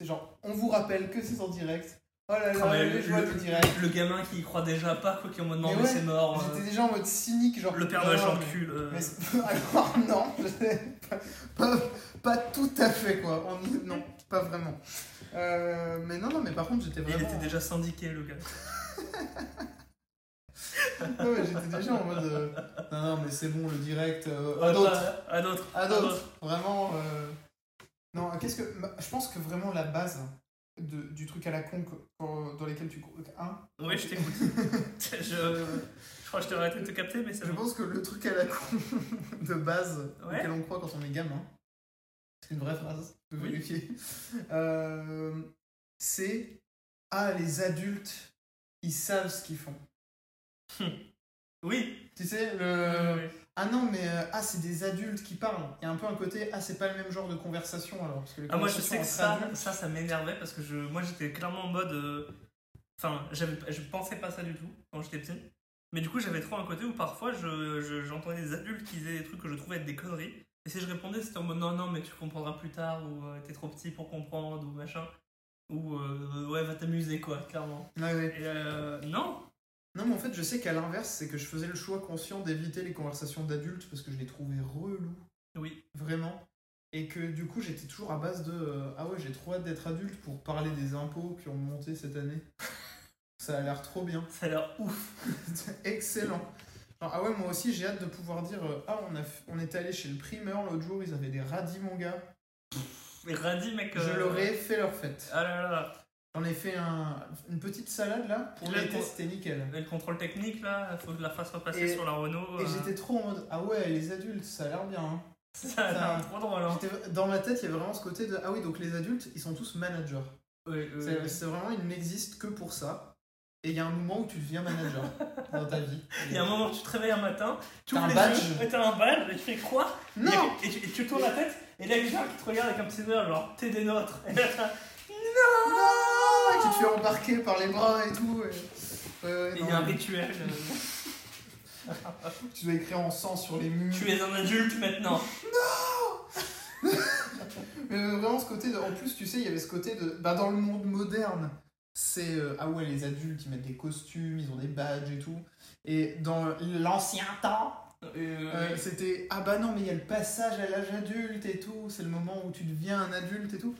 C'est genre, on vous rappelle que c'est en direct. Oh là
Ah,
là,
mais
les
le,
joies
le-
du direct.
le gamin qui y croit déjà pas, quoi, qui en mode non,
Mais
mais
ouais,
c'est mort. euh,
J'étais déjà en mode cynique, genre.
le père Noël
non, mais-
j'encule. euh,
mais c'est- alors non, je sais pas, pas, pas tout à fait quoi. On y- non, pas vraiment. Euh, mais non, non, mais par contre j'étais
Il
vraiment.
était déjà syndiqué, le gars.
Ouais, ouais, j'étais déjà en mode. euh, Non, non, mais c'est bon, le direct. euh, à
Ah,
d'autres,
À d'autres.
à d'autres. Vraiment. euh, Non, qu'est-ce que. bah, Je pense que vraiment la base de- du truc à la con que- dans, dans lesquels tu. Hein,
Oui, je t'écoute. je, je crois que je t'aurais arrêté de te capter, mais c'est
je
bon.
pense que le truc à la con de base
Ouais.
auquel on croit quand on est gamin, c'est une vraie phrase, je peux
Oui.
vérifier, Euh, c'est Ah, les adultes, ils savent ce qu'ils font.
Oui.
Tu sais,
Euh,
le. Ah non, mais euh, ah, c'est des adultes qui parlent. Il y a un peu un côté Ah, c'est pas le même genre de conversation alors. Parce que les
Ah, moi, je
conversations
sais que
entre
ça,
adultes-
ça, ça m'énervait parce que je, moi, j'étais clairement en mode. euh, Enfin, j'avais pas- je pensais pas ça du tout quand j'étais petit. Mais du coup, j'avais trop un côté où parfois je- je- j'entendais des adultes qui disaient des trucs que je trouvais être des conneries. Et si je répondais, c'était en mode non, non, mais tu comprendras plus tard, ou euh, t'es trop petit pour comprendre, ou machin. Ou euh, ouais, va t'amuser, quoi, clairement.
Ouais, ouais.
Et euh, non
Non, mais en fait, je sais qu'à l'inverse, c'est que je faisais le choix conscient d'éviter les conversations d'adultes parce que je les trouvais relous.
Oui.
Vraiment. Et que du coup, j'étais toujours à base de euh, Ah ouais, j'ai trop hâte d'être adulte pour parler des impôts qui ont monté cette année. Ça a l'air trop bien.
Ça a l'air ouf.
C'est Excellent. Genre, ah ouais, moi aussi, j'ai hâte de pouvoir dire euh, Ah, on, a f- on était allé chez le primeur l'autre jour, ils avaient des radis, mon gars.
Mais radis, mec.
Je
euh,
leur ai fait leur fête.
Ah là là là.
J'en ai fait un- une petite salade là pour
Là,
l'été,
pour-
c'était nickel.
Et le contrôle technique, là, faut que je la fasse repasser
Et-
sur la Renault.
Et
euh,
j'étais trop en mode ah ouais, les adultes, ça a l'air bien. hein.
Ça a l'air
ça-
trop drôle, hein.
J'étais- Dans ma tête, il y avait vraiment ce côté de ah oui, donc les adultes, ils sont tous managers.
Ouais, ouais,
C'est
ouais.
c'est vraiment, ils n'existent que pour ça. Et il y a un moment où tu deviens manager dans ta vie.
Il y a un moment, tu te réveilles un matin, tu
T'as
ouvres
un
les
badge.
yeux, ouais, t'as un badge, et tu fais croire
Non
Et, tu- et tu tournes la tête, et là, il y a quelqu'un qui te regarde avec un petit sourire, genre, t'es des nôtres. Et là, t'as-
Non Et Tu te fais embarquer par les bras et tout. et- Ouais, ouais,
et
non,
il y a un
mais
rituel. euh,
Tu dois écrire en sang sur les murs.
tu es un adulte maintenant.
Mais euh, vraiment ce côté de... En plus, tu sais, il y avait ce côté de... Bah, dans le monde moderne, c'est... euh, ah ouais, les adultes, ils mettent des costumes, ils ont des badges et tout. Et dans l'ancien temps, euh, c'était... Ah bah non, mais il y a le passage à l'âge adulte et tout. C'est le moment où tu deviens un adulte et tout.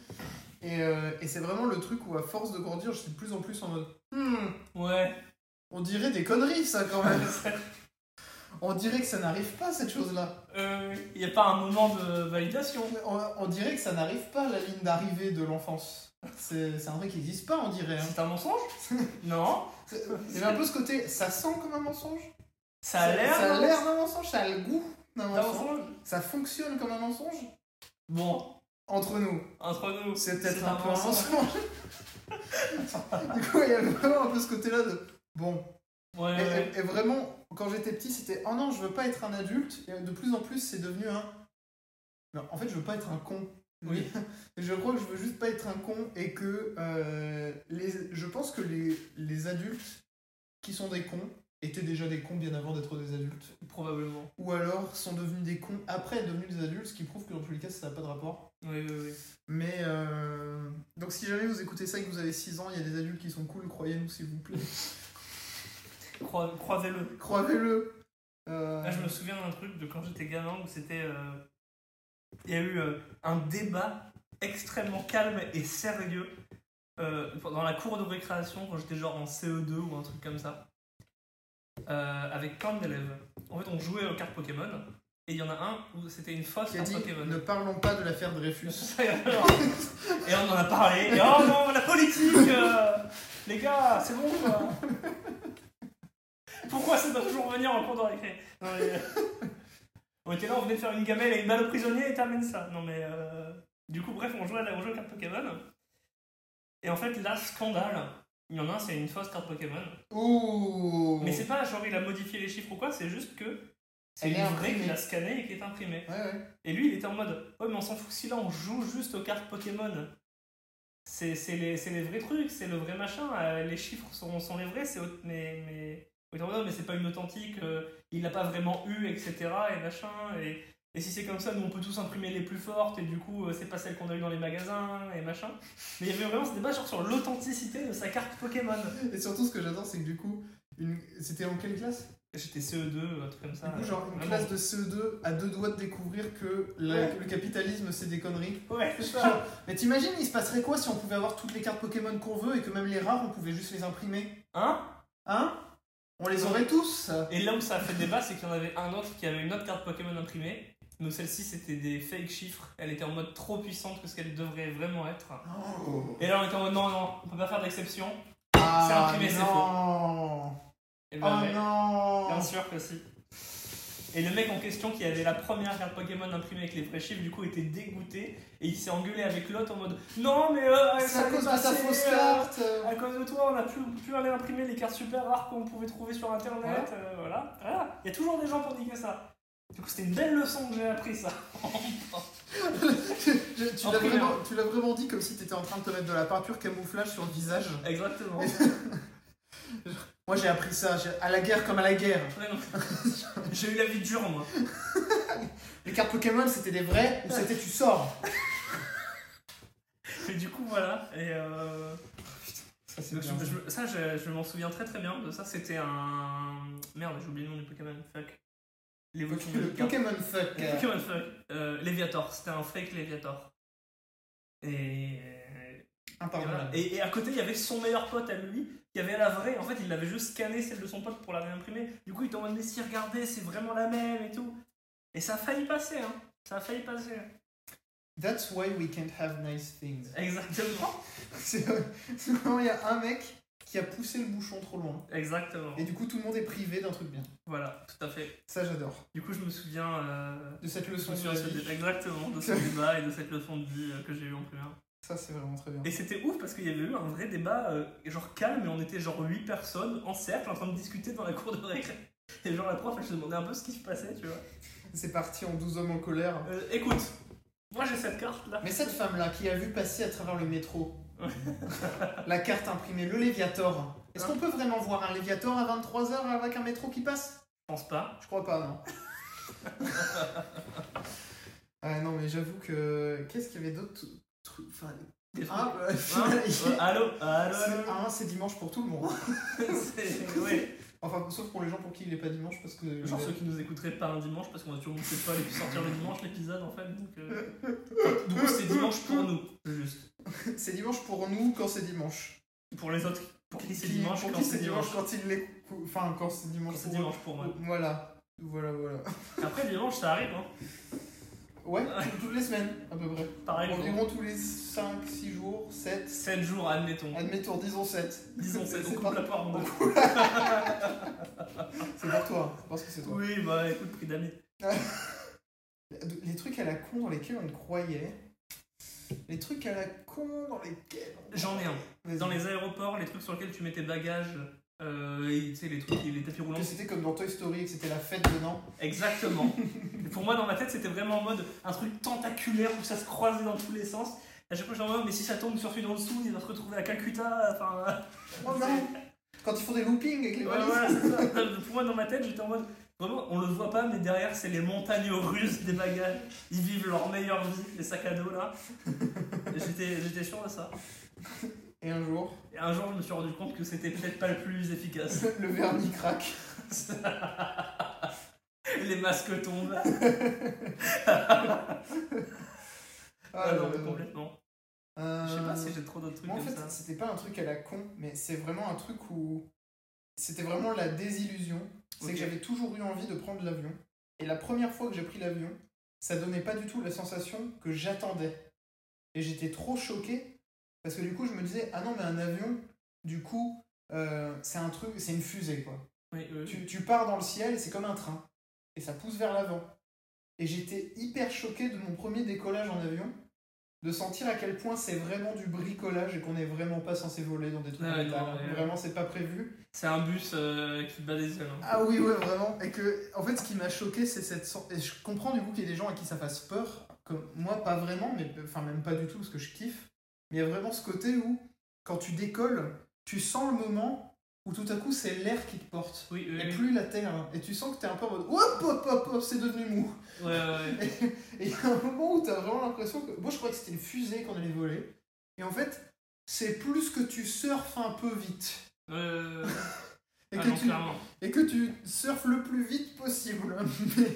Et, euh, et c'est vraiment le truc où, à force de grandir, je suis de plus en plus en mode... Hmm,
ouais.
on dirait des conneries, ça, quand même. on dirait que ça n'arrive pas, cette chose-là.
Euh, Il n'y a pas un moment de validation.
On, on dirait que ça n'arrive pas la ligne d'arrivée de l'enfance. C'est c'est un truc qui n'existe pas, on dirait. hein.
C'est un mensonge Non.
C'est- Il y avait un peu ce côté, ça sent comme un mensonge.
Ça a l'air.
Ça a
non
l'air d'un mensonge, ça a le goût d'un
D'un
mensonge.
mensonge
Ça fonctionne comme un mensonge.
Bon,
Entre nous,
entre nous.
c'est peut-être un, peu un mensonge. du coup, il y avait vraiment un peu ce côté-là de bon.
Ouais,
Et,
ouais.
et- et vraiment, quand j'étais petit, c'était oh non, je veux pas être un adulte. Et de plus en plus, c'est devenu un. Non, en fait, je veux pas être un con.
Oui.
je crois que je veux juste pas être un con et que euh, les... je pense que les... les adultes qui sont des cons étaient déjà des cons bien avant d'être des adultes.
Probablement.
Ou alors sont devenus des cons après être devenus des adultes, ce qui prouve que dans tous les cas, ça n'a pas de rapport.
Oui, oui, oui.
Mais euh, donc, si jamais vous écoutez ça et que vous avez 6 ans, il y a des adultes qui sont cool, croyez-nous s'il vous plaît.
Crois- Croisez-le.
Croyez-le. Euh,
Là, Ah, je me souviens d'un truc de quand j'étais gamin où c'était. euh, Il y a eu euh, un débat extrêmement calme et sérieux euh, dans la cour de récréation quand j'étais genre en CE2 ou un truc comme ça. euh, avec plein d'élèves. En fait, on jouait aux cartes Pokémon et il y en a un où c'était une fausse
qui a
carte
dit
Pokémon.
ne parlons pas de l'affaire Dreyfus.
et on en a parlé. Et oh non, la politique euh, Les gars, c'est bon quoi Pourquoi ça doit toujours venir en cours de récré Non, mais, euh, On était là, on venait de faire une gamelle et une balle au prisonnier et t'amènes ça. Non mais. euh, Du coup, bref, on jouait à la on jouait aux cartes Pokémon. Et en fait, là, scandale. Il y en a un, c'est une fausse carte Pokémon.
Ouh
Mais c'est pas genre il a modifié les chiffres ou quoi, c'est juste que. C'est
Oh. Elle
une
est
vraie
imprimée.
qu'il a scannée et qui est imprimée.
Ouais, ouais.
Et lui, il était en mode Ouais, mais on s'en fout si là on joue juste aux cartes Pokémon. C'est c'est les, c'est les vrais trucs, c'est le vrai machin. euh, les chiffres sont, sont les vrais, c'est. au- Mais. mais... il était en mode, Non, mais c'est pas une authentique, euh, il l'a pas vraiment eu, etc. Et machin. Et, et si c'est comme ça, nous on peut tous imprimer les plus fortes, et du coup, euh, c'est pas celle qu'on a eu dans les magasins, et machin. Mais il y avait vraiment ce débat genre sur l'authenticité de sa carte Pokémon.
Et surtout, ce que j'adore, c'est que du coup, une... c'était en quelle classe
J'étais CE2, un truc comme ça.
Du coup, genre, une
vraiment.
classe de CE2 à deux doigts de découvrir que la-
Ouais.
le capitalisme, c'est des conneries.
Ouais, c'est ça.
Genre, mais t'imagines, il se passerait quoi si on pouvait avoir toutes les cartes Pokémon qu'on veut et que même les rares, on pouvait juste les imprimer
Hein
Hein On les aurait tous
Et là où ça a fait débat, c'est qu'il y en avait un autre qui avait une autre carte Pokémon imprimée. Donc celle-ci, c'était des fake chiffres. Elle était en mode trop puissante que ce qu'elle devrait vraiment être. Et là, on était en mode non, non, on peut pas faire d'exception. C'est
Ah
imprimé, c'est
non
Et
Oh
ben, ouais, bien
non
sûr que si. Et le mec en question qui avait la première carte Pokémon imprimée avec les vrais chiffres, du coup, était dégoûté. Et il s'est engueulé avec l'autre en mode non, mais euh,
C'est
ça
à
allait
Ah, cause de sa
passer,
fausse
euh,
carte
À cause de toi, on a plus, plus aller imprimer les cartes super rares qu'on pouvait trouver sur internet.
Voilà.
euh, voilà. Voilà. Il y a toujours des gens pour niquer ça. Du coup, c'était une belle leçon que j'ai appris ça.
Tu- tu- tu l'as
Ah, Imprimé,
vraiment, tu l'as vraiment dit comme si t'étais en train de te mettre de la peinture camouflage sur le visage.
Exactement.
Moi j'ai appris ça, j'ai- à la guerre comme à la guerre.
J'ai eu la vie dure, moi.
Les cartes Pokémon c'était des vrais ou c'était tu sors
Et du coup, voilà. Et euh,
Ça c'est
donc, je- je- ça, je, je m'en souviens très très bien de ça. C'était un. Merde, j'ai oublié le nom du Pokémon. Fuck. L'évolution
Le
de Pika.
Pokémon fuck.
Le Pokémon Fuck. Euh, Léviator. C'était un fake Léviator. Et. Et, voilà.
Impardonnable.
Et- et à côté, il y avait son meilleur pote à lui, qui avait la vraie. En fait, il avait juste scanné celle de son pote pour la réimprimer. Du coup, il t'en mais si, regardez, c'est vraiment la même et tout. Et ça a failli passer, hein. Ça a failli passer.
That's why we can't have nice things.
Exactement.
C'est c'est vraiment, il y a un mec qui a poussé le bouchon trop loin.
Exactement.
Et du coup, tout le monde est privé d'un truc bien.
Voilà, tout à fait.
Ça, j'adore.
Du coup, je me souviens. euh,
De cette
je
leçon
me
de
souviens de ce
vie.
dé- exactement de ce débat et de cette leçon de vie euh, que j'ai eu en primaire.
Ça, c'est vraiment très bien.
Et c'était ouf parce qu'il y avait eu un vrai débat, euh, genre calme, et on était genre 8 personnes en cercle en train de discuter dans la cour de récré. Et genre la prof, elle se demandait un peu ce qui se passait, tu vois.
C'est parti en 12 hommes en colère.
Euh, écoute, moi j'ai cette carte là.
Mais cette femme-là qui a vu passer à travers le métro
Ouais.
la carte imprimée, le Léviator. Est-ce
Hein
qu'on peut vraiment voir un Léviator à 23h avec un métro qui passe
Je pense pas.
Je crois pas, non. ah non, mais j'avoue que. Qu'est-ce qu'il y avait d'autre trucs enfin,
Des trucs-
Ah, bah,
Hein
c'est-
Euh, allô Allô, allô
ah, c'est dimanche pour tout le monde.
C'est- ouais.
Enfin, sauf pour les gens pour qui il est pas dimanche parce que.
Genre ceux qui nous écouteraient pas un dimanche parce qu'on a toujours monté pas les plus sortir le dimanche l'épisode en fait. Donc, euh, du coup c'est dimanche pour nous, juste.
C'est dimanche pour nous quand c'est dimanche.
Pour les autres, pour qui c'est
Qui-
dimanche
Pour
quand
qui c'est
c'est
dimanche
dimanche
quand il les. Enfin, quand c'est
Quand
dimanche
c'est
pour eux.
dimanche pour moi.
Voilà. Voilà, voilà.
Après dimanche ça arrive hein.
Ouais, tout- toutes les semaines, à peu près.
Pareil.
Environ tous les 5, 6 jours, 7.
7 jours admettons.
Admettons, disons 7.
Disons 7, on
C'est
coupe
pas-
la part en deux.
C'est pour toi, parce que c'est toi. Euh,
Oui bah écoute prix d'amis.
Les trucs à la con dans lesquels on croyait. Les trucs à la con dans lesquels. on-
J'en ai un.
Vas-y.
Dans les aéroports, les trucs sur lesquels tu mets tes bagages, euh, et, tu sais les trucs, les tapis roulants.
Que c'était comme dans Toy Story, que c'était la fête dedans.
Exactement. Et pour moi, dans ma tête, c'était vraiment en mode un truc tentaculaire où ça se croisait dans tous les sens. À chaque fois, je me disais, mais si ça tombe sur celui d'en dessous, il va se retrouver à Calcutta. Enfin,
Oh non Quand ils font des loopings avec les
voilà,
valises.
voilà, c'est ça. Pour moi, dans ma tête, j'étais en mode vraiment, on le voit pas, mais derrière, c'est les montagnes russes des bagages. Ils vivent leur meilleure vie, les sacs à dos là. Et J'étais j'étais sûr de ça.
Et un jour,
Et un jour, je me suis rendu compte que c'était peut-être pas le plus efficace.
le vernis craque.
Les masques tombent.
Ah,
Ah non,
là,
mais
là.
complètement.
Euh,
Je sais pas si j'ai trop d'autres trucs
Moi, en
comme
fait,
ça.
c'était pas un truc à la con, mais c'est vraiment un truc où. C'était vraiment la désillusion. C'est
Ok.
que j'avais toujours eu envie de prendre l'avion. Et la première fois que j'ai pris l'avion, ça donnait pas du tout la sensation que j'attendais. Et j'étais trop choqué. Parce que du coup, je me disais, ah non, mais un avion, du coup, euh, c'est un truc, c'est une fusée, quoi.
Oui, oui.
Tu, tu pars dans le ciel, c'est comme un train. Et ça pousse vers l'avant. Et j'étais hyper choqué de mon premier décollage en avion, de sentir à quel point c'est vraiment du bricolage et qu'on n'est vraiment pas censé voler dans des trucs
Ah ouais,
comme ça.
non, ouais, ouais.
Vraiment, c'est pas prévu.
C'est un bus euh, qui bat des ailes. hein.
Ah oui, ouais, vraiment. Et que, en fait, ce qui m'a choqué, c'est cette. sen- Et je comprends du coup qu'il y ait des gens à qui ça fasse peur. Comme moi, pas vraiment, mais enfin, même pas du tout, parce que je kiffe. Mais il y a vraiment ce côté où, quand tu décolles, tu sens le moment où tout à coup, c'est l'air qui te porte
Oui, oui,
et
oui.
plus la terre. hein. Et tu sens que t'es un peu en mode hop hop hop hop, c'est devenu mou.
Ouais, ouais, ouais.
Et et il y a un moment où t'as vraiment l'impression que. Moi je croyais que c'était une fusée qu'on allait voler. Et en fait, c'est plus que tu surfes un peu vite.
Euh,
Et,
ah
que,
non,
tu,
clairement.
et que tu surfes le plus vite possible. mais,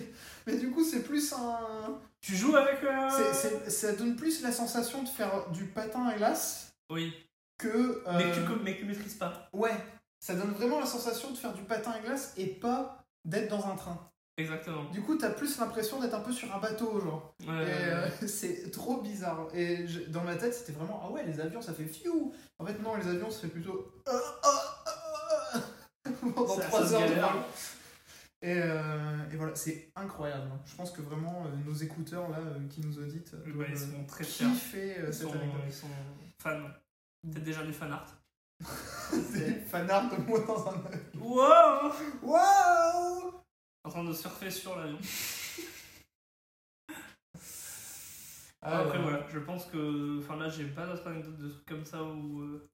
mais du coup, c'est plus un.
Tu joues avec. euh,
c'est- c'est- ça donne plus la sensation de faire du patin à glace
Oui,
que. euh,
mais, que tu, co- mais que tu maîtrises pas.
Ouais, ça donne vraiment la sensation de faire du patin à glace et pas d'être dans un train.
Exactement.
Du coup, t'as plus l'impression d'être un peu sur un bateau, genre.
Ouais,
Et,
ouais,
euh,
ouais.
c'est trop bizarre. Et je- dans ma tête, c'était vraiment ah ouais, les avions, ça fait fiou. En fait, non, les avions, ça fait plutôt ah, ah, ah, ah pendant
Ça- ça
3
se
heures de
galère.
vol. Et, euh, et voilà, c'est incroyable. hein. Je pense que vraiment, euh, nos écouteurs là euh, qui nous auditent
Ouais,
doivent,
ils
euh,
sont très fiers.
kiffer euh,
Ils
cette
sont,
anecdote.
ils sont fans. Peut-être déjà du fan art.
C'est une fanart de moi dans un avion.
Wow
Waouh
En train de surfer sur l'avion.
Ah,
Après,
ouais.
voilà, je pense que. Enfin, là, j'ai pas d'autres anecdotes de trucs comme ça où. euh,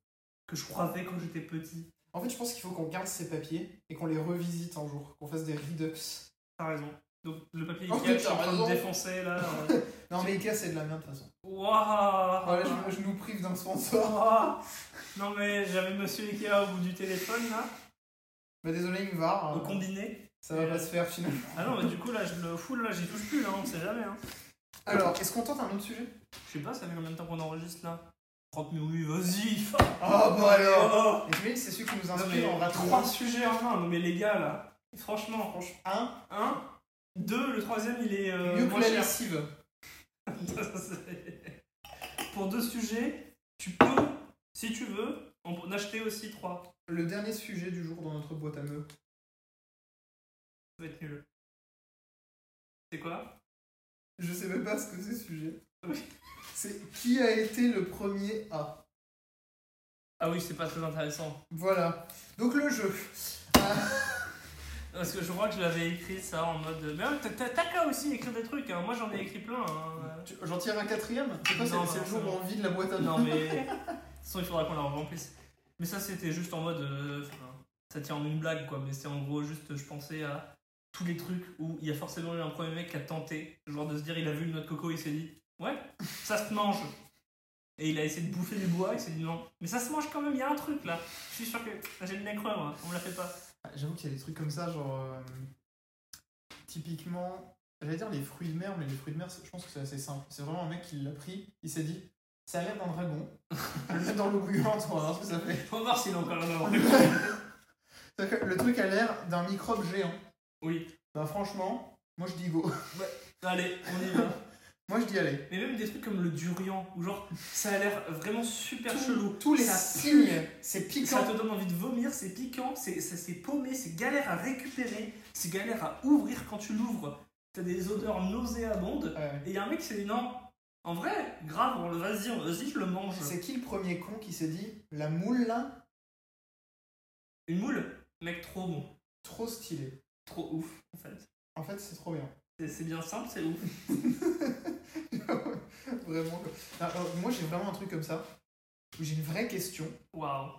que je croisais quand j'étais petit.
En fait, je pense qu'il faut qu'on garde ces papiers et qu'on les revisite un jour, qu'on fasse des read-ups.
T'as raison. Donc, le papier
Oh,
Ikea, je suis en
t'as
train de
raison.
défoncer là. euh,
Non, mais Ikea, c'est de la merde de toute façon.
Waouh
Voilà, je, je nous prive d'un sponsor.
Ah non mais j'avais Monsieur Ikea au bout du téléphone là,
Bah désolé Ingvar,
au
euh,
combiné.
ça va pas se faire finalement.
Ah non mais du coup là je le fous là j'y touche plus là on sait jamais hein.
Alors, est-ce qu'on tente un autre sujet
Je sais pas ça fait combien de temps qu'on enregistre là 30 minutes oui vas-y
Ah bah
Oh, alors
Et Jimmy, c'est celui qui nous
Non mais
inspire, on
on
va
a trois
trois.
sujets en main, non mais les gars là, franchement,
Un,
un, deux, le troisième il est euh,
mieux que
moins
la
cher.
lessive.
Pour deux sujets, tu peux
Si tu veux, on peut en acheter aussi trois.
Le dernier sujet du jour dans notre boîte à meux.
Ça va être nul. C'est quoi
Je sais même pas ce que c'est ce sujet.
Oui.
C'est qui a été le premier à.
Ah oui, c'est pas très intéressant.
Voilà. Donc le jeu.
Parce que je crois que je l'avais écrit ça en mode. Mais ouais, t'as- t'as t'as qu'à aussi écrire des trucs, hein. moi j'en ai écrit plein. hein.
Tu- J'en tire un quatrième C'est pas
Non,
c'est- c'est
non,
le jour
ça
où
va.
on vide la boîte à meux.
Non mais. De toute façon, il faudra qu'on la remplisse. Mais ça, c'était juste en mode. euh, enfin, ça tient en une blague quoi, mais c'est en gros juste, je pensais à tous les trucs où il y a forcément eu un premier mec qui a tenté, genre de se dire, il a vu une noix de coco, il s'est dit, ouais, ça se mange. Et il a essayé de bouffer du bois, il s'est dit non. Mais ça se mange quand même, il y a un truc là. Je suis sûr que ah, j'ai le nez creux, moi, on me la fait pas.
Ah, J'avoue qu'il y a des trucs comme ça, genre. euh, typiquement. J'allais dire les fruits de mer, mais les fruits de mer, c'est- je pense que c'est assez simple. C'est vraiment un mec qui l'a pris, il s'est dit ça a l'air d'un dragon, je le mets dans l'eau bouillante, on va voir ce que ça fait.
On va voir s'il a encore un avant.
C'est-à-dire que Le truc a l'air d'un microbe géant.
Oui.
Bah franchement, moi je dis go.
Allez, on y va.
Moi je dis allez.
Mais même des trucs comme le durian, où genre ça a l'air vraiment super
Tous-
chelou.
Tous les
Ça
signes, c'est
pue, Ça
piquant.
te donne envie de vomir, c'est piquant, c'est ça- c'est paumé, c'est galère à récupérer, c'est galère à ouvrir quand tu l'ouvres. T'as des odeurs nauséabondes.
Ouais.
Et y a un mec qui s'est dit non, en vrai, grave, on le vas-y, on- vas-y, je le mange.
C'est qui le premier con qui s'est dit la moule là,
Une moule, mec, trop bon,
trop stylé.
trop ouf en fait.
En fait, c'est trop bien.
C'est- C'est bien simple, c'est ouf.
vraiment. quoi. Non, alors, moi j'ai vraiment un truc comme ça où j'ai une vraie question.
Waouh.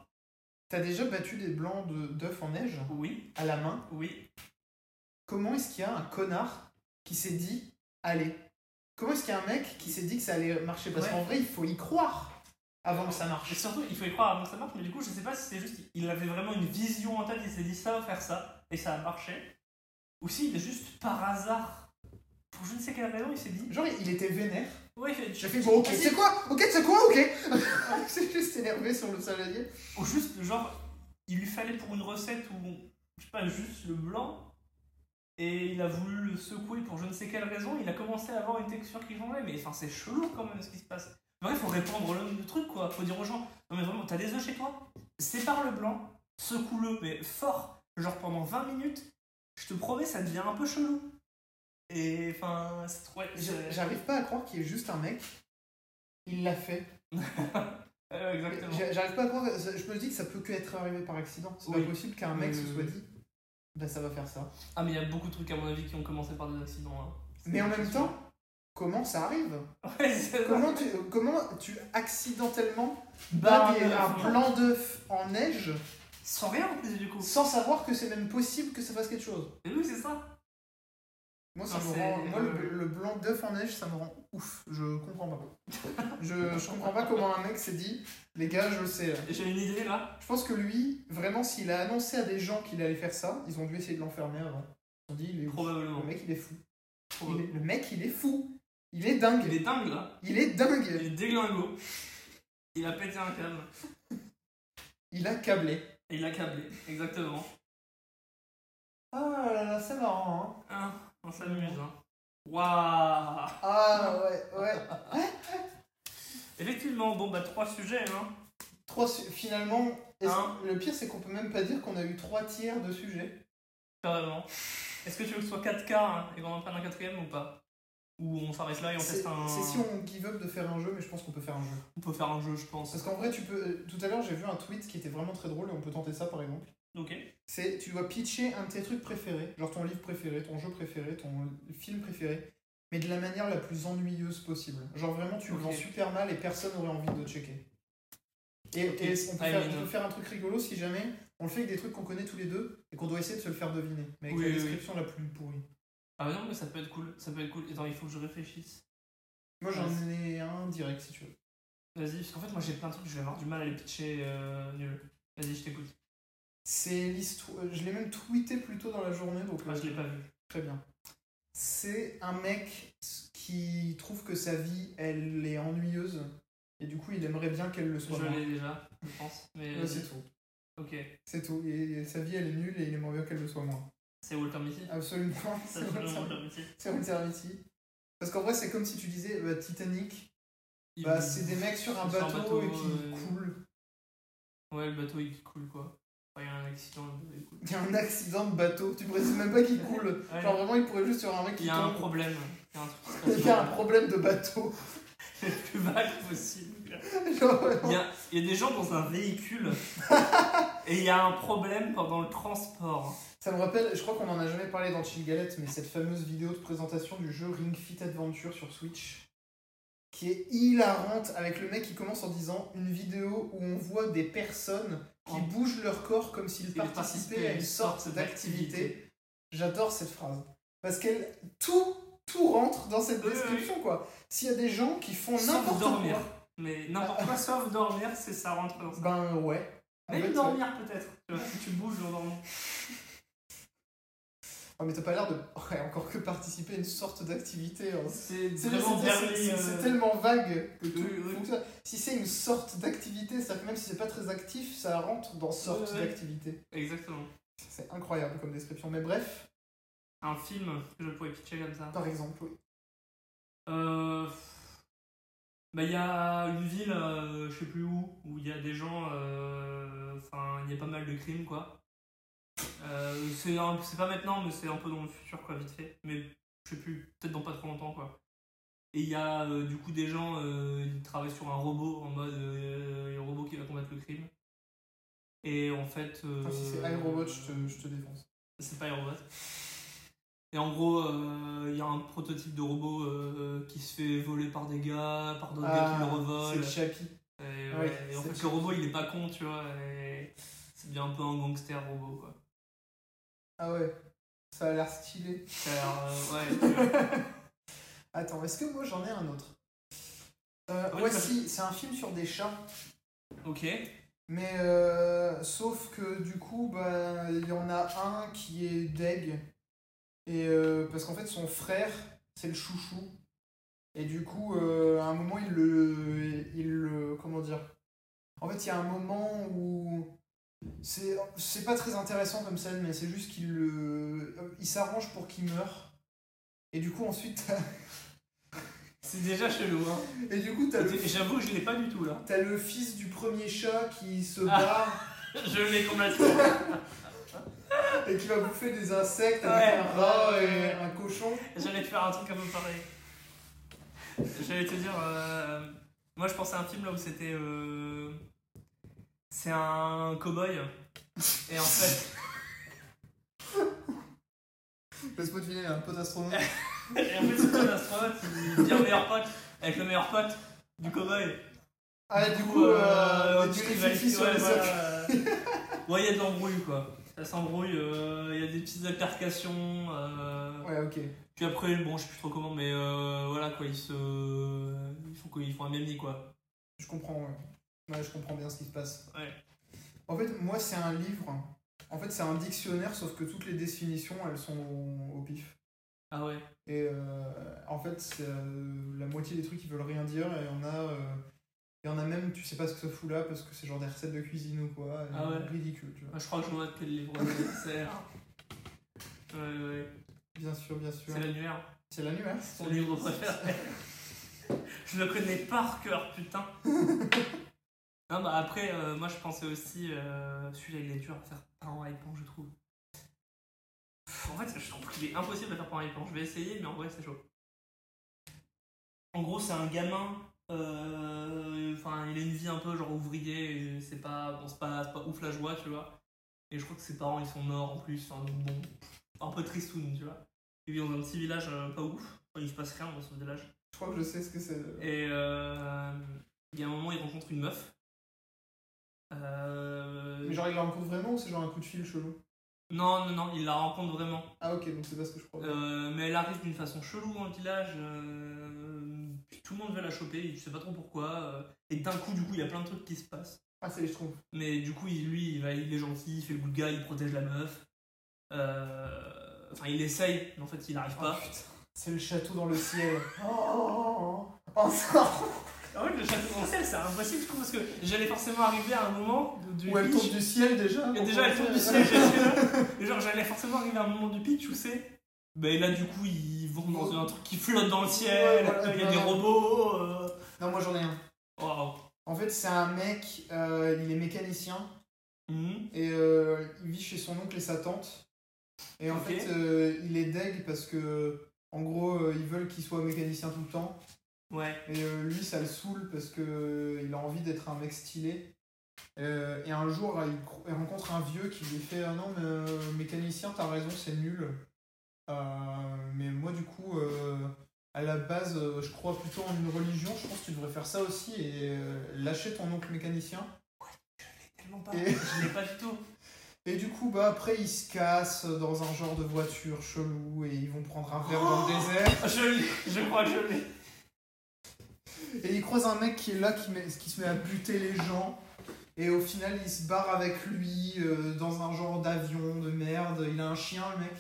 T'as déjà battu des blancs de- d'œufs en neige
Oui,
à la main
oui.
Comment est-ce qu'il y a un connard qui s'est dit allez Comment est-ce qu'il y a un mec qui s'est dit que ça allait marcher Parce
Ouais.
qu'en vrai, il faut y croire avant que ça marche.
Et Ah, surtout, il faut y croire avant que ça marche, mais du coup, je sais pas si c'est juste il avait vraiment une vision en tête, il s'est dit ça va faire ça, et ça a marché. Ou s'il est juste par hasard, pour je ne sais quelle raison, il s'est dit
Genre, il était vénère.
Ouais, je-
J'ai
je-
fait bon, ok,
vas-y.
c'est quoi Ok, c'est quoi Ok C'est juste énervé sur le saladier.
Ou juste, genre, il lui fallait pour une recette où, je sais pas, juste le blanc, et il a voulu le secouer pour je ne sais quelle raison, il a commencé à avoir une texture qui changeait, mais enfin, c'est chelou quand même ce qui se passe. Bref, faut répandre le, le truc, quoi. Faut dire aux gens, non mais vraiment, t'as des œufs chez toi Sépare le blanc, secoue-le, mais fort, genre pendant 20 minutes, je te promets, ça devient un peu chelou. Et enfin, c'est trop.
J'a-
c'est-
J'arrive pas à croire qu'il y ait juste un mec. Il l'a fait.
Euh, exactement.
J'a- J'arrive pas à croire. ça- Je me dis que ça peut que être arrivé par accident. C'est
Oui.
pas possible qu'un mec
Oui,
se
oui,
soit
oui.
dit bah ça va faire ça.
Ah, mais il y a beaucoup de trucs, à mon avis, qui ont commencé par des accidents. hein.
Mais en
C'est-
même
c'est-
temps, comment ça arrive
Ouais, c'est vrai.
comment tu, comment tu accidentellement bats
Bah,
des-
un
un
œuf.
plan d'œuf en neige
Sans rien en plus du coup.
sans savoir que c'est même possible que ça fasse quelque chose
Et oui, c'est ça.
Moi, ça
Non,
me
c'est-
rend- moi, le,
euh,
le blanc d'œuf en neige, ça me rend ouf. Je comprends pas. je, je comprends pas comment un mec s'est dit, les gars, je le sais. là.
J'ai une idée là.
Je pense que lui, vraiment, s'il a annoncé à des gens qu'il allait faire ça, ils ont dû essayer de l'enfermer avant. Ils ont dit, il est ouf.
Probablement.
le mec, il est fou. Il
Probablement.
est- le mec, il est fou. Il est dingue.
Il est dingue là.
Il est dingue.
Il est déglingo. Il a pété un câble.
Il a câblé.
Et il a câblé. Exactement.
Ah là là, c'est marrant. hein.
Ah, on s'amuse. Hein. Waouh.
Ah ouais, ouais.
Effectivement, bon bah trois sujets. Hein.
Trois su- Finalement, est-ce-
Hein
le pire, c'est qu'on peut même pas dire qu'on a eu trois tiers de sujets.
Carrément. Est-ce que tu veux que ce soit 4K hein, et qu'on en prenne un quatrième ou pas Ou on s'arrête là et on
C'est
teste un.
c'est si on give up de faire un jeu, mais je pense qu'on peut faire un jeu.
On peut faire un jeu, je pense.
Parce qu'en vrai, tu peux. euh, Tout à l'heure, j'ai vu un tweet qui était vraiment très drôle et on peut tenter ça par exemple.
Ok.
C'est tu dois pitcher un de tes trucs préférés, genre ton livre préféré, ton jeu préféré, ton film préféré, mais de la manière la plus ennuyeuse possible. Genre vraiment, tu le
Ok.
vends super mal et personne n'aurait envie de checker. Et,
Ok. Ah,
et on, peut
I
faire,
mean.
on peut faire un truc rigolo si jamais on le fait avec des trucs qu'on connaît tous les deux et qu'on doit essayer de se le faire deviner, mais avec
Oui,
la
oui,
description la plus pourrie.
Ah bah non, mais ça peut être cool. Ça peut être cool. Attends, il faut que je réfléchisse.
Moi j'en ai un direct si tu veux.
Vas-y, parce qu'en fait, moi j'ai plein de trucs, je vais avoir du mal à les pitcher euh, nul. Vas-y, je t'écoute.
C'est l'histoire. Je l'ai même tweeté plus tôt dans la journée donc.
Moi,
euh,
je l'ai pas vu.
Très bien. C'est un mec qui trouve que sa vie, elle est ennuyeuse. Et du coup, il aimerait bien qu'elle le soit.
Je
moins.
l'ai déjà, je pense. Mais
Ouais, c'est tout.
ok,
C'est tout. Et, et sa vie, elle est nulle et il aimerait bien qu'elle le soit moins.
c'est Walter Mitty.
Absolument.
Ça,
Ah, C'est
c'est vraiment
Walter-
Walter Mitty.
c'est Walter Mitty. Parce qu'en vrai, c'est comme si tu disais bah, Titanic,
Il-
bah, c'est des mecs sur un
sur un
bateau,
bateau,
et qui
euh,
coulent.
Ouais, le bateau il coule quoi. Enfin, il y a un accident, le bateau il coule.
Il y a un accident de bateau, tu précises même pas qu'il coule.
Ouais.
Genre vraiment, il pourrait juste sur un mec
Il
qui
y a un
tombe.
problème. Il y a un truc qui se passe
Il y a un
mal.
problème de bateau.
le plus vague possible.
Genre,
Il y, a, il y a des gens dans un véhicule et il y a un problème pendant le transport.
Ça me rappelle, je crois qu'on en a jamais parlé dans Chill Galette, mais cette fameuse vidéo de présentation du jeu Ring Fit Adventure sur Switch, qui est hilarante avec le mec qui commence en disant une vidéo où on voit des personnes qui
En-
bougent leur corps comme s'ils
Ils
participaient
participaient
à une sorte d'activité.
d'activité.
J'adore cette phrase. Parce qu'elle, tout, tout rentre dans cette
Oui, oui,
description, quoi. S'il y a des gens qui font
Sauf
n'importe
dormir.
quoi.
Mais n'importe quoi sauf dormir, c'est ça rentre dans ça.
Ben ouais. En
Même
fait, ouais.
dormir peut-être. Tu vois, si tu bouges en dormant.
Ah, mais t'as pas l'air de. Ouais, encore que participer à une sorte d'activité. hein.
C'est
C'est
vraiment
c'est-
permis.
c'est-
euh,
c'est tellement vague que
oui,
tout
oui.
fonctionne. Si c'est une sorte d'activité, c'est-à-dire que même si c'est pas très actif, ça rentre dans sorte
Ouais, ouais.
d'activité.
Exactement.
C'est incroyable comme description. Mais bref,
Un film que je pourrais pitcher comme ça.
par exemple, oui.
Euh, Bah, il y a une ville, euh, je sais plus où, où il y a des gens. euh, Enfin, il y a pas mal de crimes, quoi. Euh, c'est un- c'est pas maintenant, mais c'est un peu dans le futur, quoi, vite fait. Mais je sais plus, peut-être dans pas trop longtemps, quoi. Et il y a euh, du coup des gens euh, qui travaillent sur un robot en mode. euh, Il y a un robot qui va combattre le crime. Et en fait. euh,
Enfin, si c'est iRobot, je te, je te défonce.
c'est pas iRobot. Et en gros, euh, il y a un prototype de robot euh, qui se fait voler par des gars, par d'autres gars qui le
Ah, c'est le
revolent.
Chapi.
Et,
Ouais,
ouais, et en
c'est
fait,
le-
le robot, il est pas con, tu vois. et C'est bien un peu un gangster robot, quoi.
Ah ouais, ça a l'air stylé.
Ça a l'air, euh, ouais, tu vois.
Attends, est-ce que moi j'en ai un autre euh,
Ouais,
Voici, c'est un film sur des chats.
ok.
Mais euh, sauf que du coup, bah, il y en a un qui est deg. Et euh, parce qu'en fait, son frère, c'est le chouchou. Et du coup, euh, à un moment, il le, il le, comment dire En fait, il y a un moment où c'est, c'est pas très intéressant comme scène, mais c'est juste qu'il le, euh, il s'arrange pour qu'il meure. Et du coup, ensuite, t'as-
C'est déjà chelou, hein.
et du coup, t'as le,
J'avoue, je l'ai pas du tout, là.
t'as le fils du premier chat qui se
Ah.
barre.
Je l'ai complètement.
et qui va bouffer des insectes
Ouais.
avec un rat et un cochon.
J'allais te faire un truc un peu pareil. J'allais te dire. euh, moi, je pensais à un film là où c'était. euh, c'est un cowboy. Et en fait,
Laisse-moi deviner, un pote astronaute.
et en fait c'est un astronaute qui devient meilleur pote avec le meilleur pote du cowboy.
Ah, du coup, euh,
tu
tu
rivalises-
réfléchis sur
ouais,
les
voilà,
autres.
euh, Ouais, il y a de l'embrouille quoi. Ça s'embrouille, euh, il y a des petites altercations. euh,
Ouais, ok.
Puis après, bon, je sais plus trop comment, mais euh, voilà quoi, ils se. Ils font, quoi, ils font un ami quoi.
Je comprends, ouais. Ouais, je comprends bien ce qui se passe.
Ouais.
En fait, moi, c'est un livre. En fait, c'est un dictionnaire, sauf que toutes les définitions, elles sont au, au pif.
Ah ouais.
Et euh, en fait, c'est, euh, la moitié des trucs, ils veulent rien dire. Et il y en a. euh, il y en a même, tu sais pas ce que ça fout là, parce que c'est genre des recettes de cuisine ou quoi.
Ah ouais.
Ridicule, tu vois.
Ah, Je crois que je vois de quel livre c'est. Ouais, ouais.
Bien sûr, bien sûr.
C'est l'annuaire.
C'est l'annuaire.
C'est mon livre préféré. je le connais par cœur, putain. non, bah après, euh, moi je pensais aussi. euh, Celui-là, il est dur à faire par en iPan, je trouve. Pff, En fait, je trouve qu'il est impossible à faire par iPan. Je vais essayer, mais en vrai, c'est chaud. En gros, c'est un gamin. euh, Enfin, il a une vie un peu genre ouvrier. et C'est pas, bon, c'est pas, c'est pas ouf la joie, tu vois. Et je crois que ses parents ils sont morts en plus. Enfin, donc bon, un peu tristoun, tu vois. Il vit dans un petit village euh, pas ouf. Enfin, il se passe rien dans ce village.
Je crois que je sais ce que c'est.
Et euh, il y a un moment, il rencontre une meuf. Euh,
Mais genre, il la rencontre vraiment ou c'est genre un coup de fil chelou
Non, non, non, il la rencontre vraiment.
Ah, ok, donc c'est pas ce que je crois.
Euh, mais elle arrive d'une façon chelou dans le village. euh, puis tout le monde veut la choper, je sais pas trop pourquoi. euh, et d'un coup, du coup, il y a plein de trucs qui se passent.
Ah, c'est les trouve.
Mais du coup, il- lui, il, va, il est gentil, il fait le good guy, il protège la meuf. Euh, Enfin, il essaye, mais en fait, il n'arrive pas.
Ah, C'est le château dans le ciel. Oh, oh, oh, oh. Oh,
Ah ouais, le château dans le ciel, c'est impossible, je trouve, parce que j'allais forcément arriver à un moment de-
ça
du
Ou elle tombe
pitch.
du ciel déjà
Et déjà, elle tombe du ciel, j'étais là. Et genre, j'allais forcément arriver à un moment du pitch où c'est. Bah, et là, du coup, ils vont dans un truc qui flotte dans le ciel,
Ouais, voilà,
il y a des
voilà.
robots. euh,
Non, moi j'en ai un.
waouh.
En fait, c'est un mec, euh, il est mécanicien
Mhm.
et euh, il vit chez son oncle et sa tante. Et en
Ok.
fait, euh, il est deg parce que, en gros, euh, ils veulent qu'il soit mécanicien tout le temps.
Ouais.
Et euh, lui, ça le saoule parce que euh, il a envie d'être un mec stylé. Euh, et un jour, il, cro- il rencontre un vieux qui lui fait ah Non, mais euh, mécanicien, t'as raison, c'est nul. Euh, mais moi, du coup, euh, à la base, euh, je crois plutôt en une religion. Je pense que tu devrais faire ça aussi et euh, lâcher ton oncle mécanicien.
Tellement pas.
Et-
Je l'ai pas du tout.
Et du coup, bah, après, ils se cassent dans un genre de voiture chelou et ils vont prendre un verre dans le désert.
Je l'ai. Je crois que je l'ai.
Et ils croisent un mec qui est là, qui, met- qui se met à buter les gens. Et au final, il se barre avec lui euh, dans un genre d'avion de merde. Il a un chien, le mec.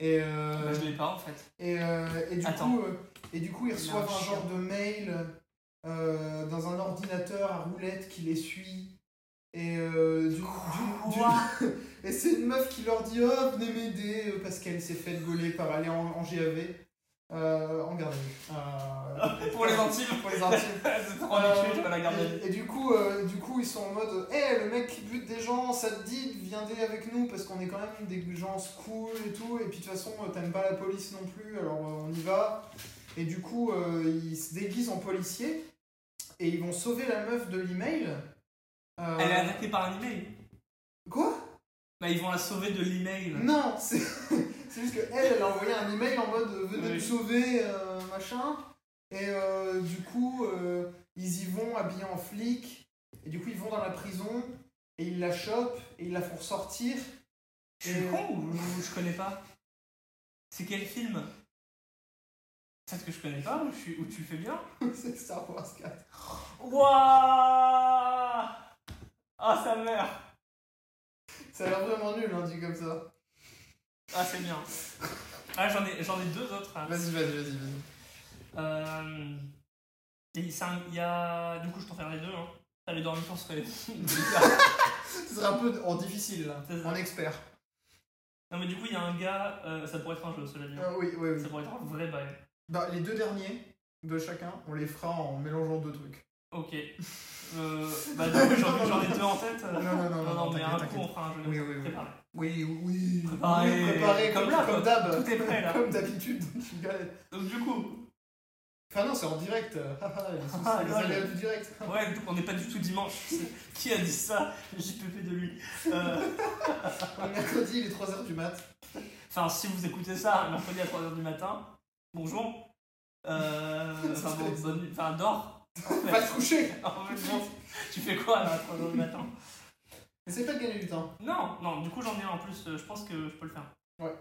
Et, euh,
Bah, je l'ai pas en fait.
et, euh, et du
Attends.
coup, euh, et du coup, ils
Il a
reçoivent
un
un, genre
chien.
de mail euh, dans un ordinateur à roulette qui les suit. Et euh, du, du- du- et c'est une meuf qui leur dit Oh, venez m'aider euh, parce qu'elle s'est fait gauler par aller en, en GAV. euh, en garde à vue. Euh,
Pour les intimes.
pour les intimes.
C'est trop habitué, je vais la garder.
Et, et du coup, euh, du coup, ils sont en mode, hé, le mec qui bute des gens, ça te dit, viens dès avec nous parce qu'on est quand même des gens cool et tout. Et puis de toute façon, euh, t'aimes pas la police non plus, alors euh, on y va. Et du coup, euh, ils se déguisent en policiers et ils vont sauver la meuf de l'email. Euh,
Elle est attaquée par un email.
Quoi
Bah ils vont la sauver de l'email.
Non, c'est c'est juste que elle, elle a envoyé un email en mode euh, venez
Oui.
nous sauver, euh, machin. Et euh, du coup, euh, ils y vont habillés en flic. Et du coup, ils vont dans la prison et ils la chopent et ils la font sortir.
Je suis con ou ou je connais pas C'est quel film Peut-être que je connais pas ou, je suis- ou tu le fais bien
c'est Star Wars 4.
Wouah Ah ça meurt
Ça a l'air vraiment nul, hein, dit comme ça.
Ah c'est bien Ah j'en ai, j'en ai deux autres. hein.
Ah, Vas-y, vas-y, vas-y, vas-y.
Euh, et ça- il y a... Du coup je t'en ferai deux. Hein. T'allais dormir sur ce
Ce sera un peu en difficile, là.
C'est ça.
En expert.
Non mais du coup il y a un gars... euh, ça pourrait être un jeu cela dit.
Ah, oui, oui, oui.
Ça pourrait être un vrai bail.
Bah, les deux derniers de chacun, on les fera en mélangeant deux trucs.
Ok. Euh, bah du coup j'en j'en ai deux en tête.
Non, non, non, non,
non, mais
t'inquiète,
un
t'inquiète.
coup on fera un jeu.
Oui, oui, oui.
Préparé.
Oui, oui.
Préparé.
Oui, préparé
Comme
comme,
là,
comme
quoi.
d'hab.
Tout est prêt, là.
Comme d'habitude. donc il galère.
Donc du coup,
Enfin non, c'est en direct. Ah, ah, ils sont-
Ah,
les
lol.
aléas du direct.
ouais, donc on n'est pas du tout dimanche. C'est- Qui a dit ça JPP de lui. Euh,
Le mercredi, il est 3h du mat.
Enfin, si vous écoutez ça, mercredi à 3h du matin, bonjour. Euh, Enfin, bon, bonne nuit. Enfin, dors.
Pas se coucher
En fait, bon, tu fais quoi là, à 3h du matin
Essaye pas de gagner du temps.
Non, non, du coup j'en ai un en plus, euh, je pense que je peux le faire.
Ouais.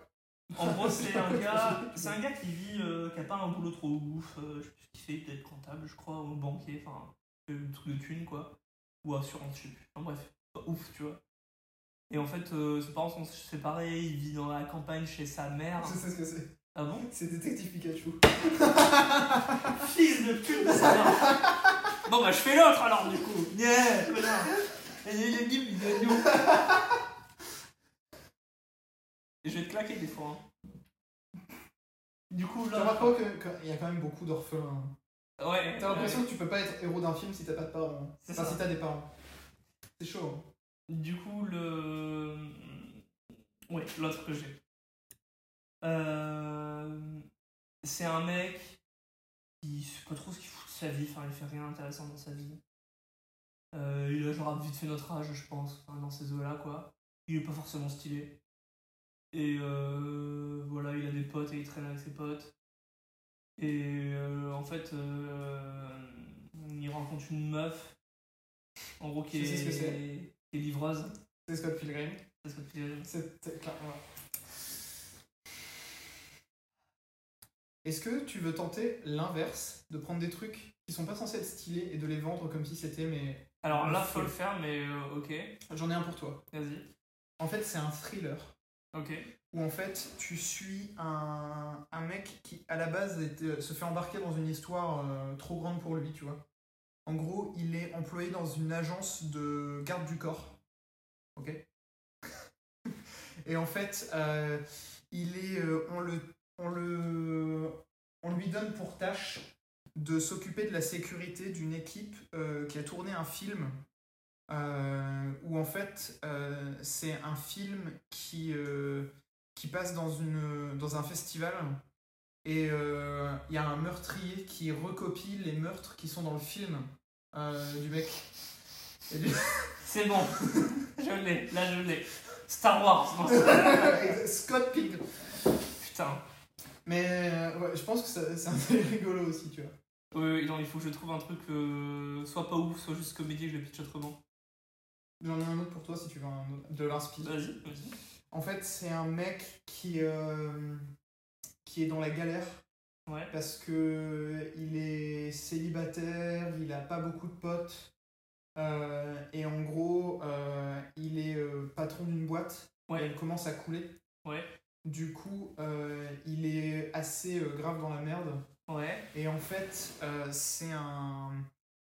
En gros, c'est un gars, c'est un gars qui vit, euh, qui a pas un boulot trop ouf, euh, je sais plus ce qu'il fait, peut-être comptable, je crois, ou banquier, enfin, euh, truc de thune quoi, ou assurance, je sais plus. Enfin, bref, pas ouf, tu vois. Et en fait, euh, ses parents sont séparés, il vit dans la campagne chez sa mère.
Je sais ce que c'est.
Ah bon
C'est Détective Pikachu.
Ah. Fils de pute de sa mère Bon bah je fais l'autre alors du coup Yeah connard. Et il est nul, il est nul. Et Je vais te claquer des fois. hein. Du coup
Tu
là...
remarqueras que- que- il y a quand même beaucoup d'orphelins.
Ouais,
T'as
ouais.
l'impression que tu peux pas être héros d'un film si t'as pas de parents.
Ah, C'est
Enfin,
ça.
si t'as des parents. C'est chaud. hein.
Du coup le... Ouais, l'autre que j'ai. Euh, C'est un mec qui sait pas trop ce qu'il fout de sa vie, enfin il fait rien d'intéressant dans sa vie. Euh, il a genre vite fait notre âge, je pense, enfin, dans ces eaux-là, quoi. Il est pas forcément stylé. Et euh, voilà, il a des potes et il traîne avec ses potes. Et euh, en fait, euh, il rencontre une meuf, en gros, qui
Je sais
est,
ce que c'est.
qui est livreuse.
C'est Scott Pilgrim.
C'est ce que tu dis.
C'est c'est clair. voilà. Est-ce que tu veux tenter l'inverse De prendre des trucs qui sont pas censés être stylés et de les vendre comme si c'était mais...
Alors là, faut le faire, mais euh, ok,
J'en ai un pour toi.
vas-y.
En fait, c'est un thriller.
Ok,
où en fait tu suis un, un mec qui à la base était- se fait embarquer dans une histoire euh, trop grande pour lui, tu vois. En gros, il est employé dans une agence de garde du corps. Ok Et en fait, euh, il est, euh, on, le, on, le, on lui donne pour tâche de s'occuper de la sécurité d'une équipe euh, qui a tourné un film euh, où en fait euh, c'est un film qui, euh, qui passe dans, une, dans un festival et euh, il y a un meurtrier qui recopie les meurtres qui sont dans le film euh, du mec. Et du-
C'est bon. je l'ai, là je l'ai. Star Wars, non, c'est-
Scott Pilgrim.
putain.
Mais euh, ouais, je pense que ça- c'est un peu rigolo aussi, tu vois.
Euh, non, il faut que je trouve un truc euh, soit pas ouf, soit juste comédie, je le pitch autrement.
J'en ai un autre pour toi si tu veux un autre- de l'inspi.
Vas-y, vas-y.
En fait, c'est un mec qui, euh, qui est dans la galère
Ouais.
parce que il est célibataire, il a pas beaucoup de potes. euh, et en gros, euh, il est euh, patron d'une boîte et
Ouais.
elle commence à couler.
Ouais.
Du coup, euh, il est assez euh, grave dans la merde.
Ouais.
Et en fait, euh, c'est un.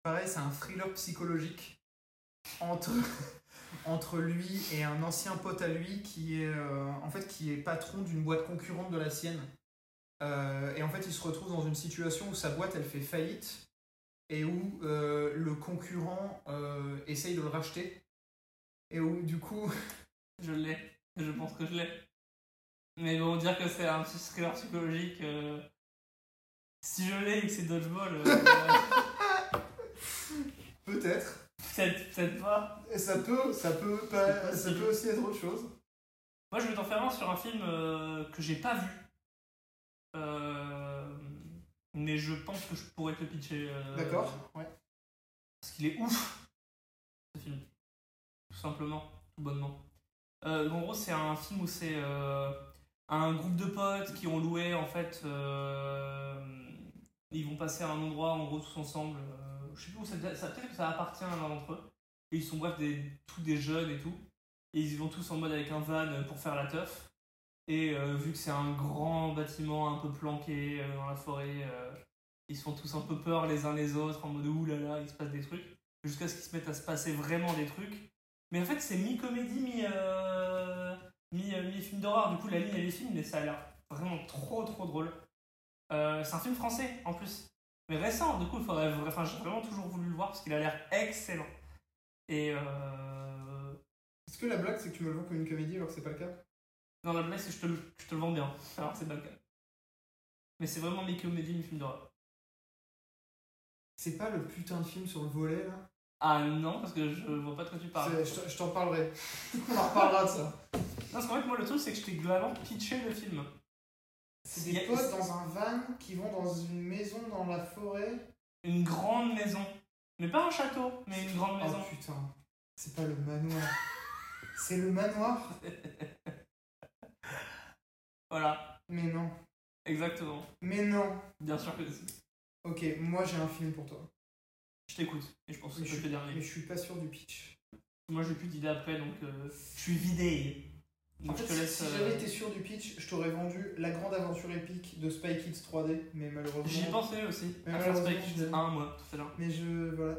Pareil, c'est un thriller psychologique entre, entre lui et un ancien pote à lui qui est, euh, en fait, qui est patron d'une boîte concurrente de la sienne. Euh, et en fait, il se retrouve dans une situation où sa boîte, elle fait faillite et où euh, le concurrent euh, essaye de le racheter. Et où, du coup,
Je l'ai. Je pense que je l'ai. Mais bon, dire que c'est un petit thriller psychologique. euh, Si je l'ai et que c'est Dodgeball, euh, euh,
peut-être,
peut-être peut-être pas.
ça peut, ça peut, pas- ça peut aussi être autre chose.
Moi, je vais t'en faire un sur un film euh, que j'ai pas vu. Euh, Mais je pense que je pourrais te le pitcher. euh,
D'accord ouais.
Parce qu'il est ouf, ce film. Tout simplement, tout bonnement. Euh, en gros, c'est un film où c'est euh, un groupe de potes qui ont loué, en fait, euh, ils vont passer à un endroit, en gros, tous ensemble. euh, je sais plus où ça, ça- peut-être que ça appartient à l'un d'entre eux. Et ils sont, bref, des, tous des jeunes et tout. Et ils y vont tous en mode avec un van euh, pour faire la teuf. Et euh, vu que c'est un grand bâtiment un peu planqué euh, dans la forêt, euh, ils se font tous un peu peur les uns les autres en mode oulala, il se passe des trucs, jusqu'à ce qu'ils se mettent à se passer vraiment des trucs. Mais en fait, c'est mi-comédie, mi-, euh, mi, euh, mi-film d'horreur. Du coup, la ligne, elle est fine, mais ça a l'air vraiment trop trop drôle. Euh, c'est un film français en plus, mais récent. Du coup, il faudrait, enfin, j'ai vraiment toujours voulu le voir parce qu'il a l'air excellent. Et euh,
Est-ce que la blague, c'est que tu me le vends comme une comédie alors que c'est pas le cas
dans la blague, c'est que je te, le- je te le vends bien. Alors, c'est pas le cas. Mais c'est vraiment mi-comédie, mi-film d'horreur.
C'est pas le putain de film sur le volet là
Ah non, parce que je vois pas de quoi tu parles.
C'est- Je t- je t'en parlerai. On en reparlera de ça.
Non, parce qu'en fait, moi, le truc, c'est que je t'ai globalement pitché le film.
C'est
Il y
des
a-
potes dans un van qui vont dans une maison dans la forêt.
Une grande maison. Mais pas un château, mais une grande
Oh
maison.
putain, c'est pas le manoir. C'est le manoir
Voilà,
Mais non.
exactement.
Mais non.
Bien sûr que si.
Ok, moi j'ai un film pour toi.
Je t'écoute, et je pense que
Mais je,
c'est
suis,
le
mais
dernier.
je suis pas sûr du pitch.
Moi, j'ai plus d'idées après, donc euh, je suis vidé.
En
Donc
fait,
je te
si-
laisse.
si
euh,
j'avais été sûr du pitch, je t'aurais vendu La Grande Aventure Épique de Spy Kids 3D, mais malheureusement.
J'y pensais aussi.
Mais
à faire
malheureusement,
Spike
je-
Kids 1, moi, tout à l'heure.
Mais je. Voilà.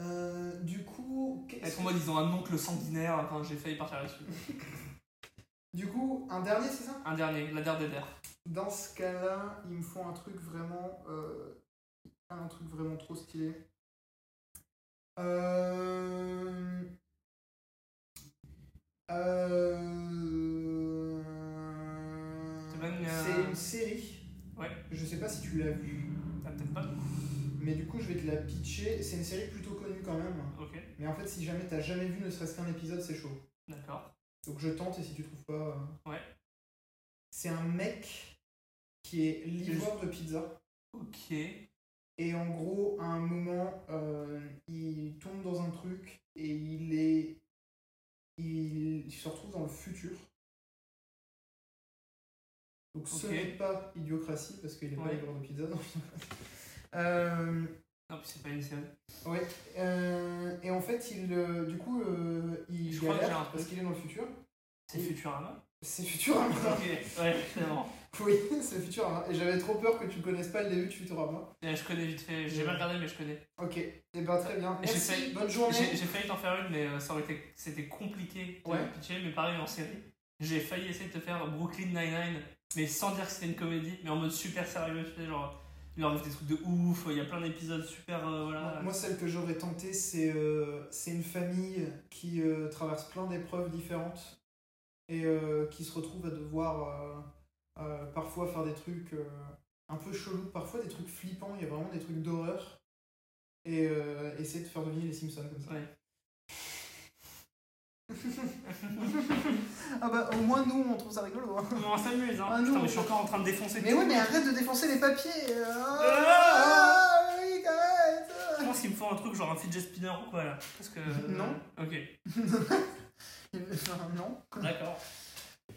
Euh, du coup.
Parce
qu'est-ce
qu'en mode, ils ont un oncle sanguinaire, enfin, j'ai failli partir là-dessus.
Du coup, un dernier, c'est ça
Un dernier, la der des der.
Dans ce cas-là, il me faut un truc vraiment. euh, un truc vraiment trop stylé. Euh. Euh.
C'est pas une, euh,
C'est une série.
Ouais.
Je sais pas si tu l'as vue,
Ah, peut-être pas.
mais du coup, je vais te la pitcher. C'est une série plutôt connue quand même.
Ok,
Mais en fait, si jamais t'as jamais vu ne serait-ce qu'un épisode, c'est chaud.
d'accord.
Donc je tente et si tu trouves pas. euh,
Ouais.
C'est un mec qui est livreur de pizza.
Ok.
Et en gros, à un moment, euh, il tombe dans un truc et il est. Il, il se retrouve dans le futur. Donc ce
Ok.
n'est pas idiocratie parce qu'il est pas
Ouais.
livreur de pizza. donc- Euh,
Non, puis c'est pas une série.
Ouais. Euh, et en fait, il, euh, du coup, euh, il
Je crois que j'ai un
galère
truc.
parce qu'il est dans le futur.
C'est
Et-
Futurama.
C'est Futurama.
ok, ouais, c'est bon.
Oui, c'est Futurama. Et j'avais trop peur que tu connaisses pas le début de Futurama.
Eh, Je connais vite fait, j'ai pas regardé mais je connais.
Ok, et eh ben très bien.
Et j'ai
Merci,
failli-
bonne journée.
J'ai j'ai failli t'en faire une mais euh, ça aurait été c'était compliqué de
Ouais.
le pitcher, mais pareil en série. J'ai failli essayer de te faire Brooklyn Nine-Nine, mais sans dire que c'était une comédie, mais en mode super sérieux, tu sais, genre Il leur arrive des trucs de ouf, il y a plein d'épisodes super. euh, voilà.
Moi, celle que j'aurais tentée, c'est euh, c'est une famille qui euh, traverse plein d'épreuves différentes et euh, qui se retrouve à devoir euh, euh, parfois faire des trucs euh, un peu chelous, parfois des trucs flippants, il y a vraiment des trucs d'horreur. Et euh, essayer de faire deviner les Simpsons comme ça.
Ouais.
Ah bah au moins nous on trouve ça rigolo. hein.
Mais on s'amuse, hein.
Ah, nous,
Putain,
on-
mais je suis encore en train de défoncer
Mais
tout.
ouais mais arrête de défoncer les papiers. euh,
Ah
ah, oui, arrête.
Je pense qu'il me faut un truc genre un fidget spinner ou quoi là. Parce que. euh,
Non.
Ok,
Enfin, non.
d'accord.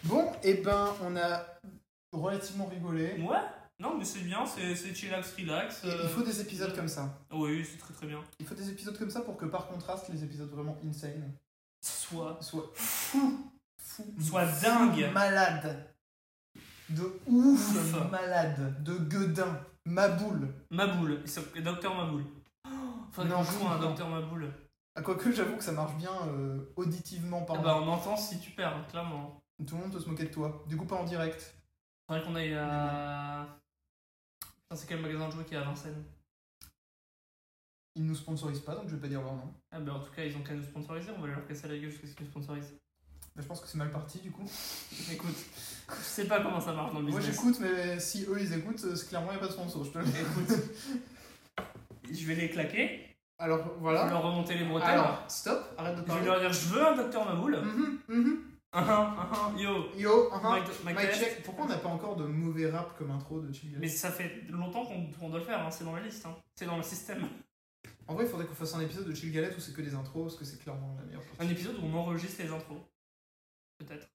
Bon et ben on a relativement rigolé.
Ouais, non, mais c'est bien, c'est c'est chillax, relax.
Et
euh, ah
Il faut des épisodes comme ça.
Oui, c'est très très bien.
Il faut des épisodes comme ça pour que par contraste les épisodes vraiment insane
Soit.
soient fous, fous,
Soit
fous,
dingue.
malades, de ouf,
Ouf.
malades, de gueudin, maboule.
Maboule, il s'appelle Docteur Maboule. Faudrait qu'on
Non,
joue à un
non.
Docteur Maboule.
À Ah, quoique j'avoue que ça marche bien euh, auditivement
Ah
parlant.
bah, on entend si tu perds, clairement.
Tout le monde peut se moquer de toi. Du coup pas en direct.
Faudrait qu'on aille à. Putain, c'est quel magasin de jouets qui est à Vincennes
Ils nous sponsorisent pas donc je vais pas dire leur nom.
Ah bah, en tout cas, ils ont qu'à nous sponsoriser, on va leur casser la gueule jusqu'à ce qu'ils nous sponsorisent.
Mais Bah, je pense que c'est mal parti du coup.
Écoute, je sais pas comment ça marche dans le
Moi
business.
j'écoute mais si eux ils écoutent euh, c'est clairement y a pas de sponsor. Je te le dis.
Écoute, je vais les claquer,
Alors
je vais
voilà.
leur remonter les bretelles,
Ah. Alors stop. Arrête de
je vais
parler.
leur dire je veux un Docteur Maboule.
Mhm, mhm.
Ah, ah, ah, Yo,
Yo, uh-huh.
Mike- Mike
Mike
Test.
Check. Pourquoi on n'a pas encore de mauvais rap comme intro de Chill Guys
Mais ça fait longtemps qu'on qu'on doit le faire, hein, c'est dans la liste, hein. c'est dans le système.
En vrai, il faudrait qu'on fasse un épisode de Chill Galette où c'est que des intros, parce que c'est clairement la meilleure
Un
partie.
épisode où on enregistre les intros. Peut-être.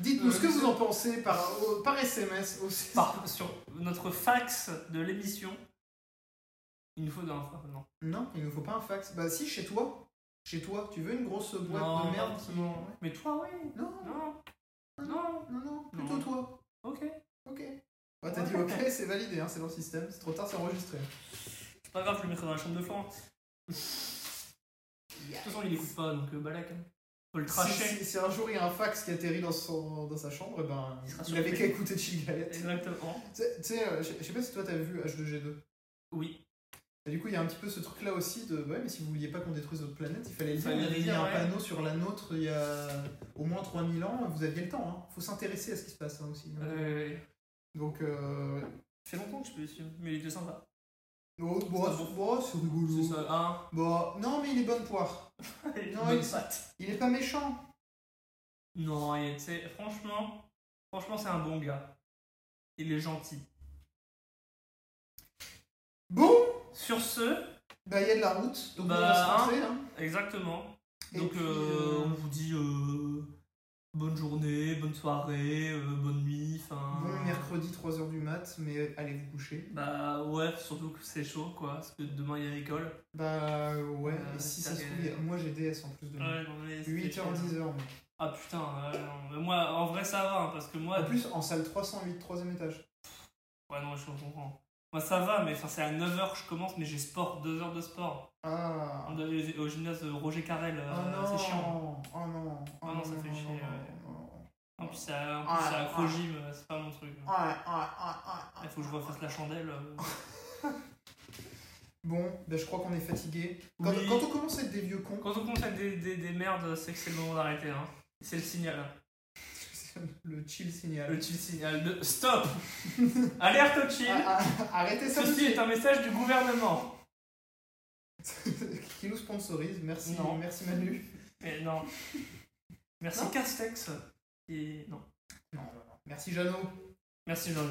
Dites-nous
Euh,
ce que vous en pensez par, au- par SMS aussi.
Par- sur notre fax de l'émission, il nous faut d'un non.
Non, il nous faut pas un fax. Bah si, chez toi. Chez toi, tu veux une grosse boîte
Non,
de merde
pas
qui...
forcément. Mais toi, oui
Non,
Non Non
non, non, plutôt
Non.
toi.
Ok.
Ok. Bah t'as dit ok, c'est validé, hein, c'est dans le système. C'est trop tard, c'est enregistré.
C'est pas grave, je le mettrai dans la chambre de Florent. De toute façon, il écoute pas, donc euh, balak. hein. Faut le
Si,
tracher.
si- si un jour il y a un fax qui atterrit dans, son, dans sa chambre, eh ben,
Il sera
il avait
surpris.
qu'à écouter Chill Galette.
Exactement.
Tu sais- tu sais, euh, je je sais pas si toi t'as vu H2G2.
Oui.
Et du coup, il y a un petit peu ce truc-là aussi de ouais, mais si vous vouliez pas qu'on détruise votre planète, il fallait le dire.
Fallait
Il y avait- il y a
dire,
un
ouais.
panneau sur la nôtre il y a au moins 3000 ans, vous aviez le temps. Hein. Faut s'intéresser à ce qui se passe hein, aussi.
Euh,
Donc, euh...
fait longtemps que je peux suivre, mais il était sympa.
oh, bon,
pas
c'est bon, c'est
C'est
rigolo.
ça, hein
Bon, non, mais il est bonne poire. Non,
Bonne
il-
patte.
Il est pas méchant.
Non, et tu sais, franchement, franchement, c'est un bon gars. Il est gentil.
Bon,
Sur ce,
bah il y a de la route, donc on va
Bah,
se lancer. Hein.
exactement.
Et
Donc,
puis,
euh,
euh,
on vous dit euh, bonne journée, bonne soirée, euh, bonne nuit, enfin.
Bon, mercredi 3h du mat, mais allez vous coucher.
Bah ouais, surtout que c'est chaud quoi, parce que demain il y a l'école.
Bah ouais,
Euh,
et si
c'est
ça se
ça
trouve,
que-
il y a- moi j'ai DS en plus de
Ouais, non, mais c'était
8h,
chaud.
10h.
Ah putain, ouais, non, mais moi en vrai ça va, hein, parce que moi.
En Ah, plus, en salle 308, 3 étage.
Ouais, non, je comprends. Moi ça va, mais enfin, c'est à 9h que je commence, mais j'ai sport, 2 heures de sport.
Ah.
On doit aller au gymnase de Roger Carrel, euh, c'est chiant.
Oh non.
Ah non, ça fait chier, ouais. En plus, c'est à, en
Ah,
plus, c'est à
ah.
Crogym, euh, c'est pas mon truc.
Ouais, ouais, ouais, ouais,
Il
ouais.
faut que je refasse la chandelle. euh.
Bon, ben, je crois qu'on est fatigué. Quand,
Oui.
quand on commence à être des vieux cons,
Quand on conseille des, des, des merdes, c'est que c'est le moment d'arrêter. Hein. C'est le signal. hein.
c'est le chill signal.
Le chill signal de stop Alerte au chill
Ah, ah, arrêtez ça
Ceci
monsieur.
est un message du gouvernement.
Qui nous sponsorise, merci,
Non.
merci Manu.
Mais non. Merci
Non.
Castex. Et non.
Non, non, non. Merci Jeannot.
Merci Jean.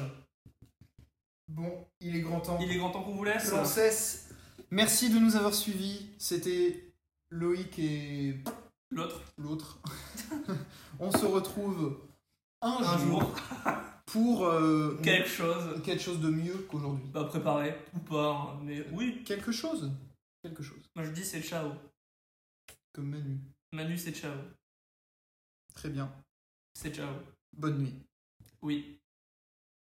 Bon, il est grand temps.
Il est grand temps qu'on vous laisse.
que l'on cesse. Merci de nous avoir suivis. C'était Loïc et
L'autre,
l'autre. on se retrouve un,
un
jour,
jour,
pour euh,
quelque chose.
quelque chose de mieux qu'aujourd'hui.
Bah préparé ou pas, hein, mais oui.
Quelque chose. Quelque chose.
Moi je dis c'est ciao.
Comme Manu.
Manu c'est ciao.
Très bien.
C'est ciao.
Bonne nuit.
Oui.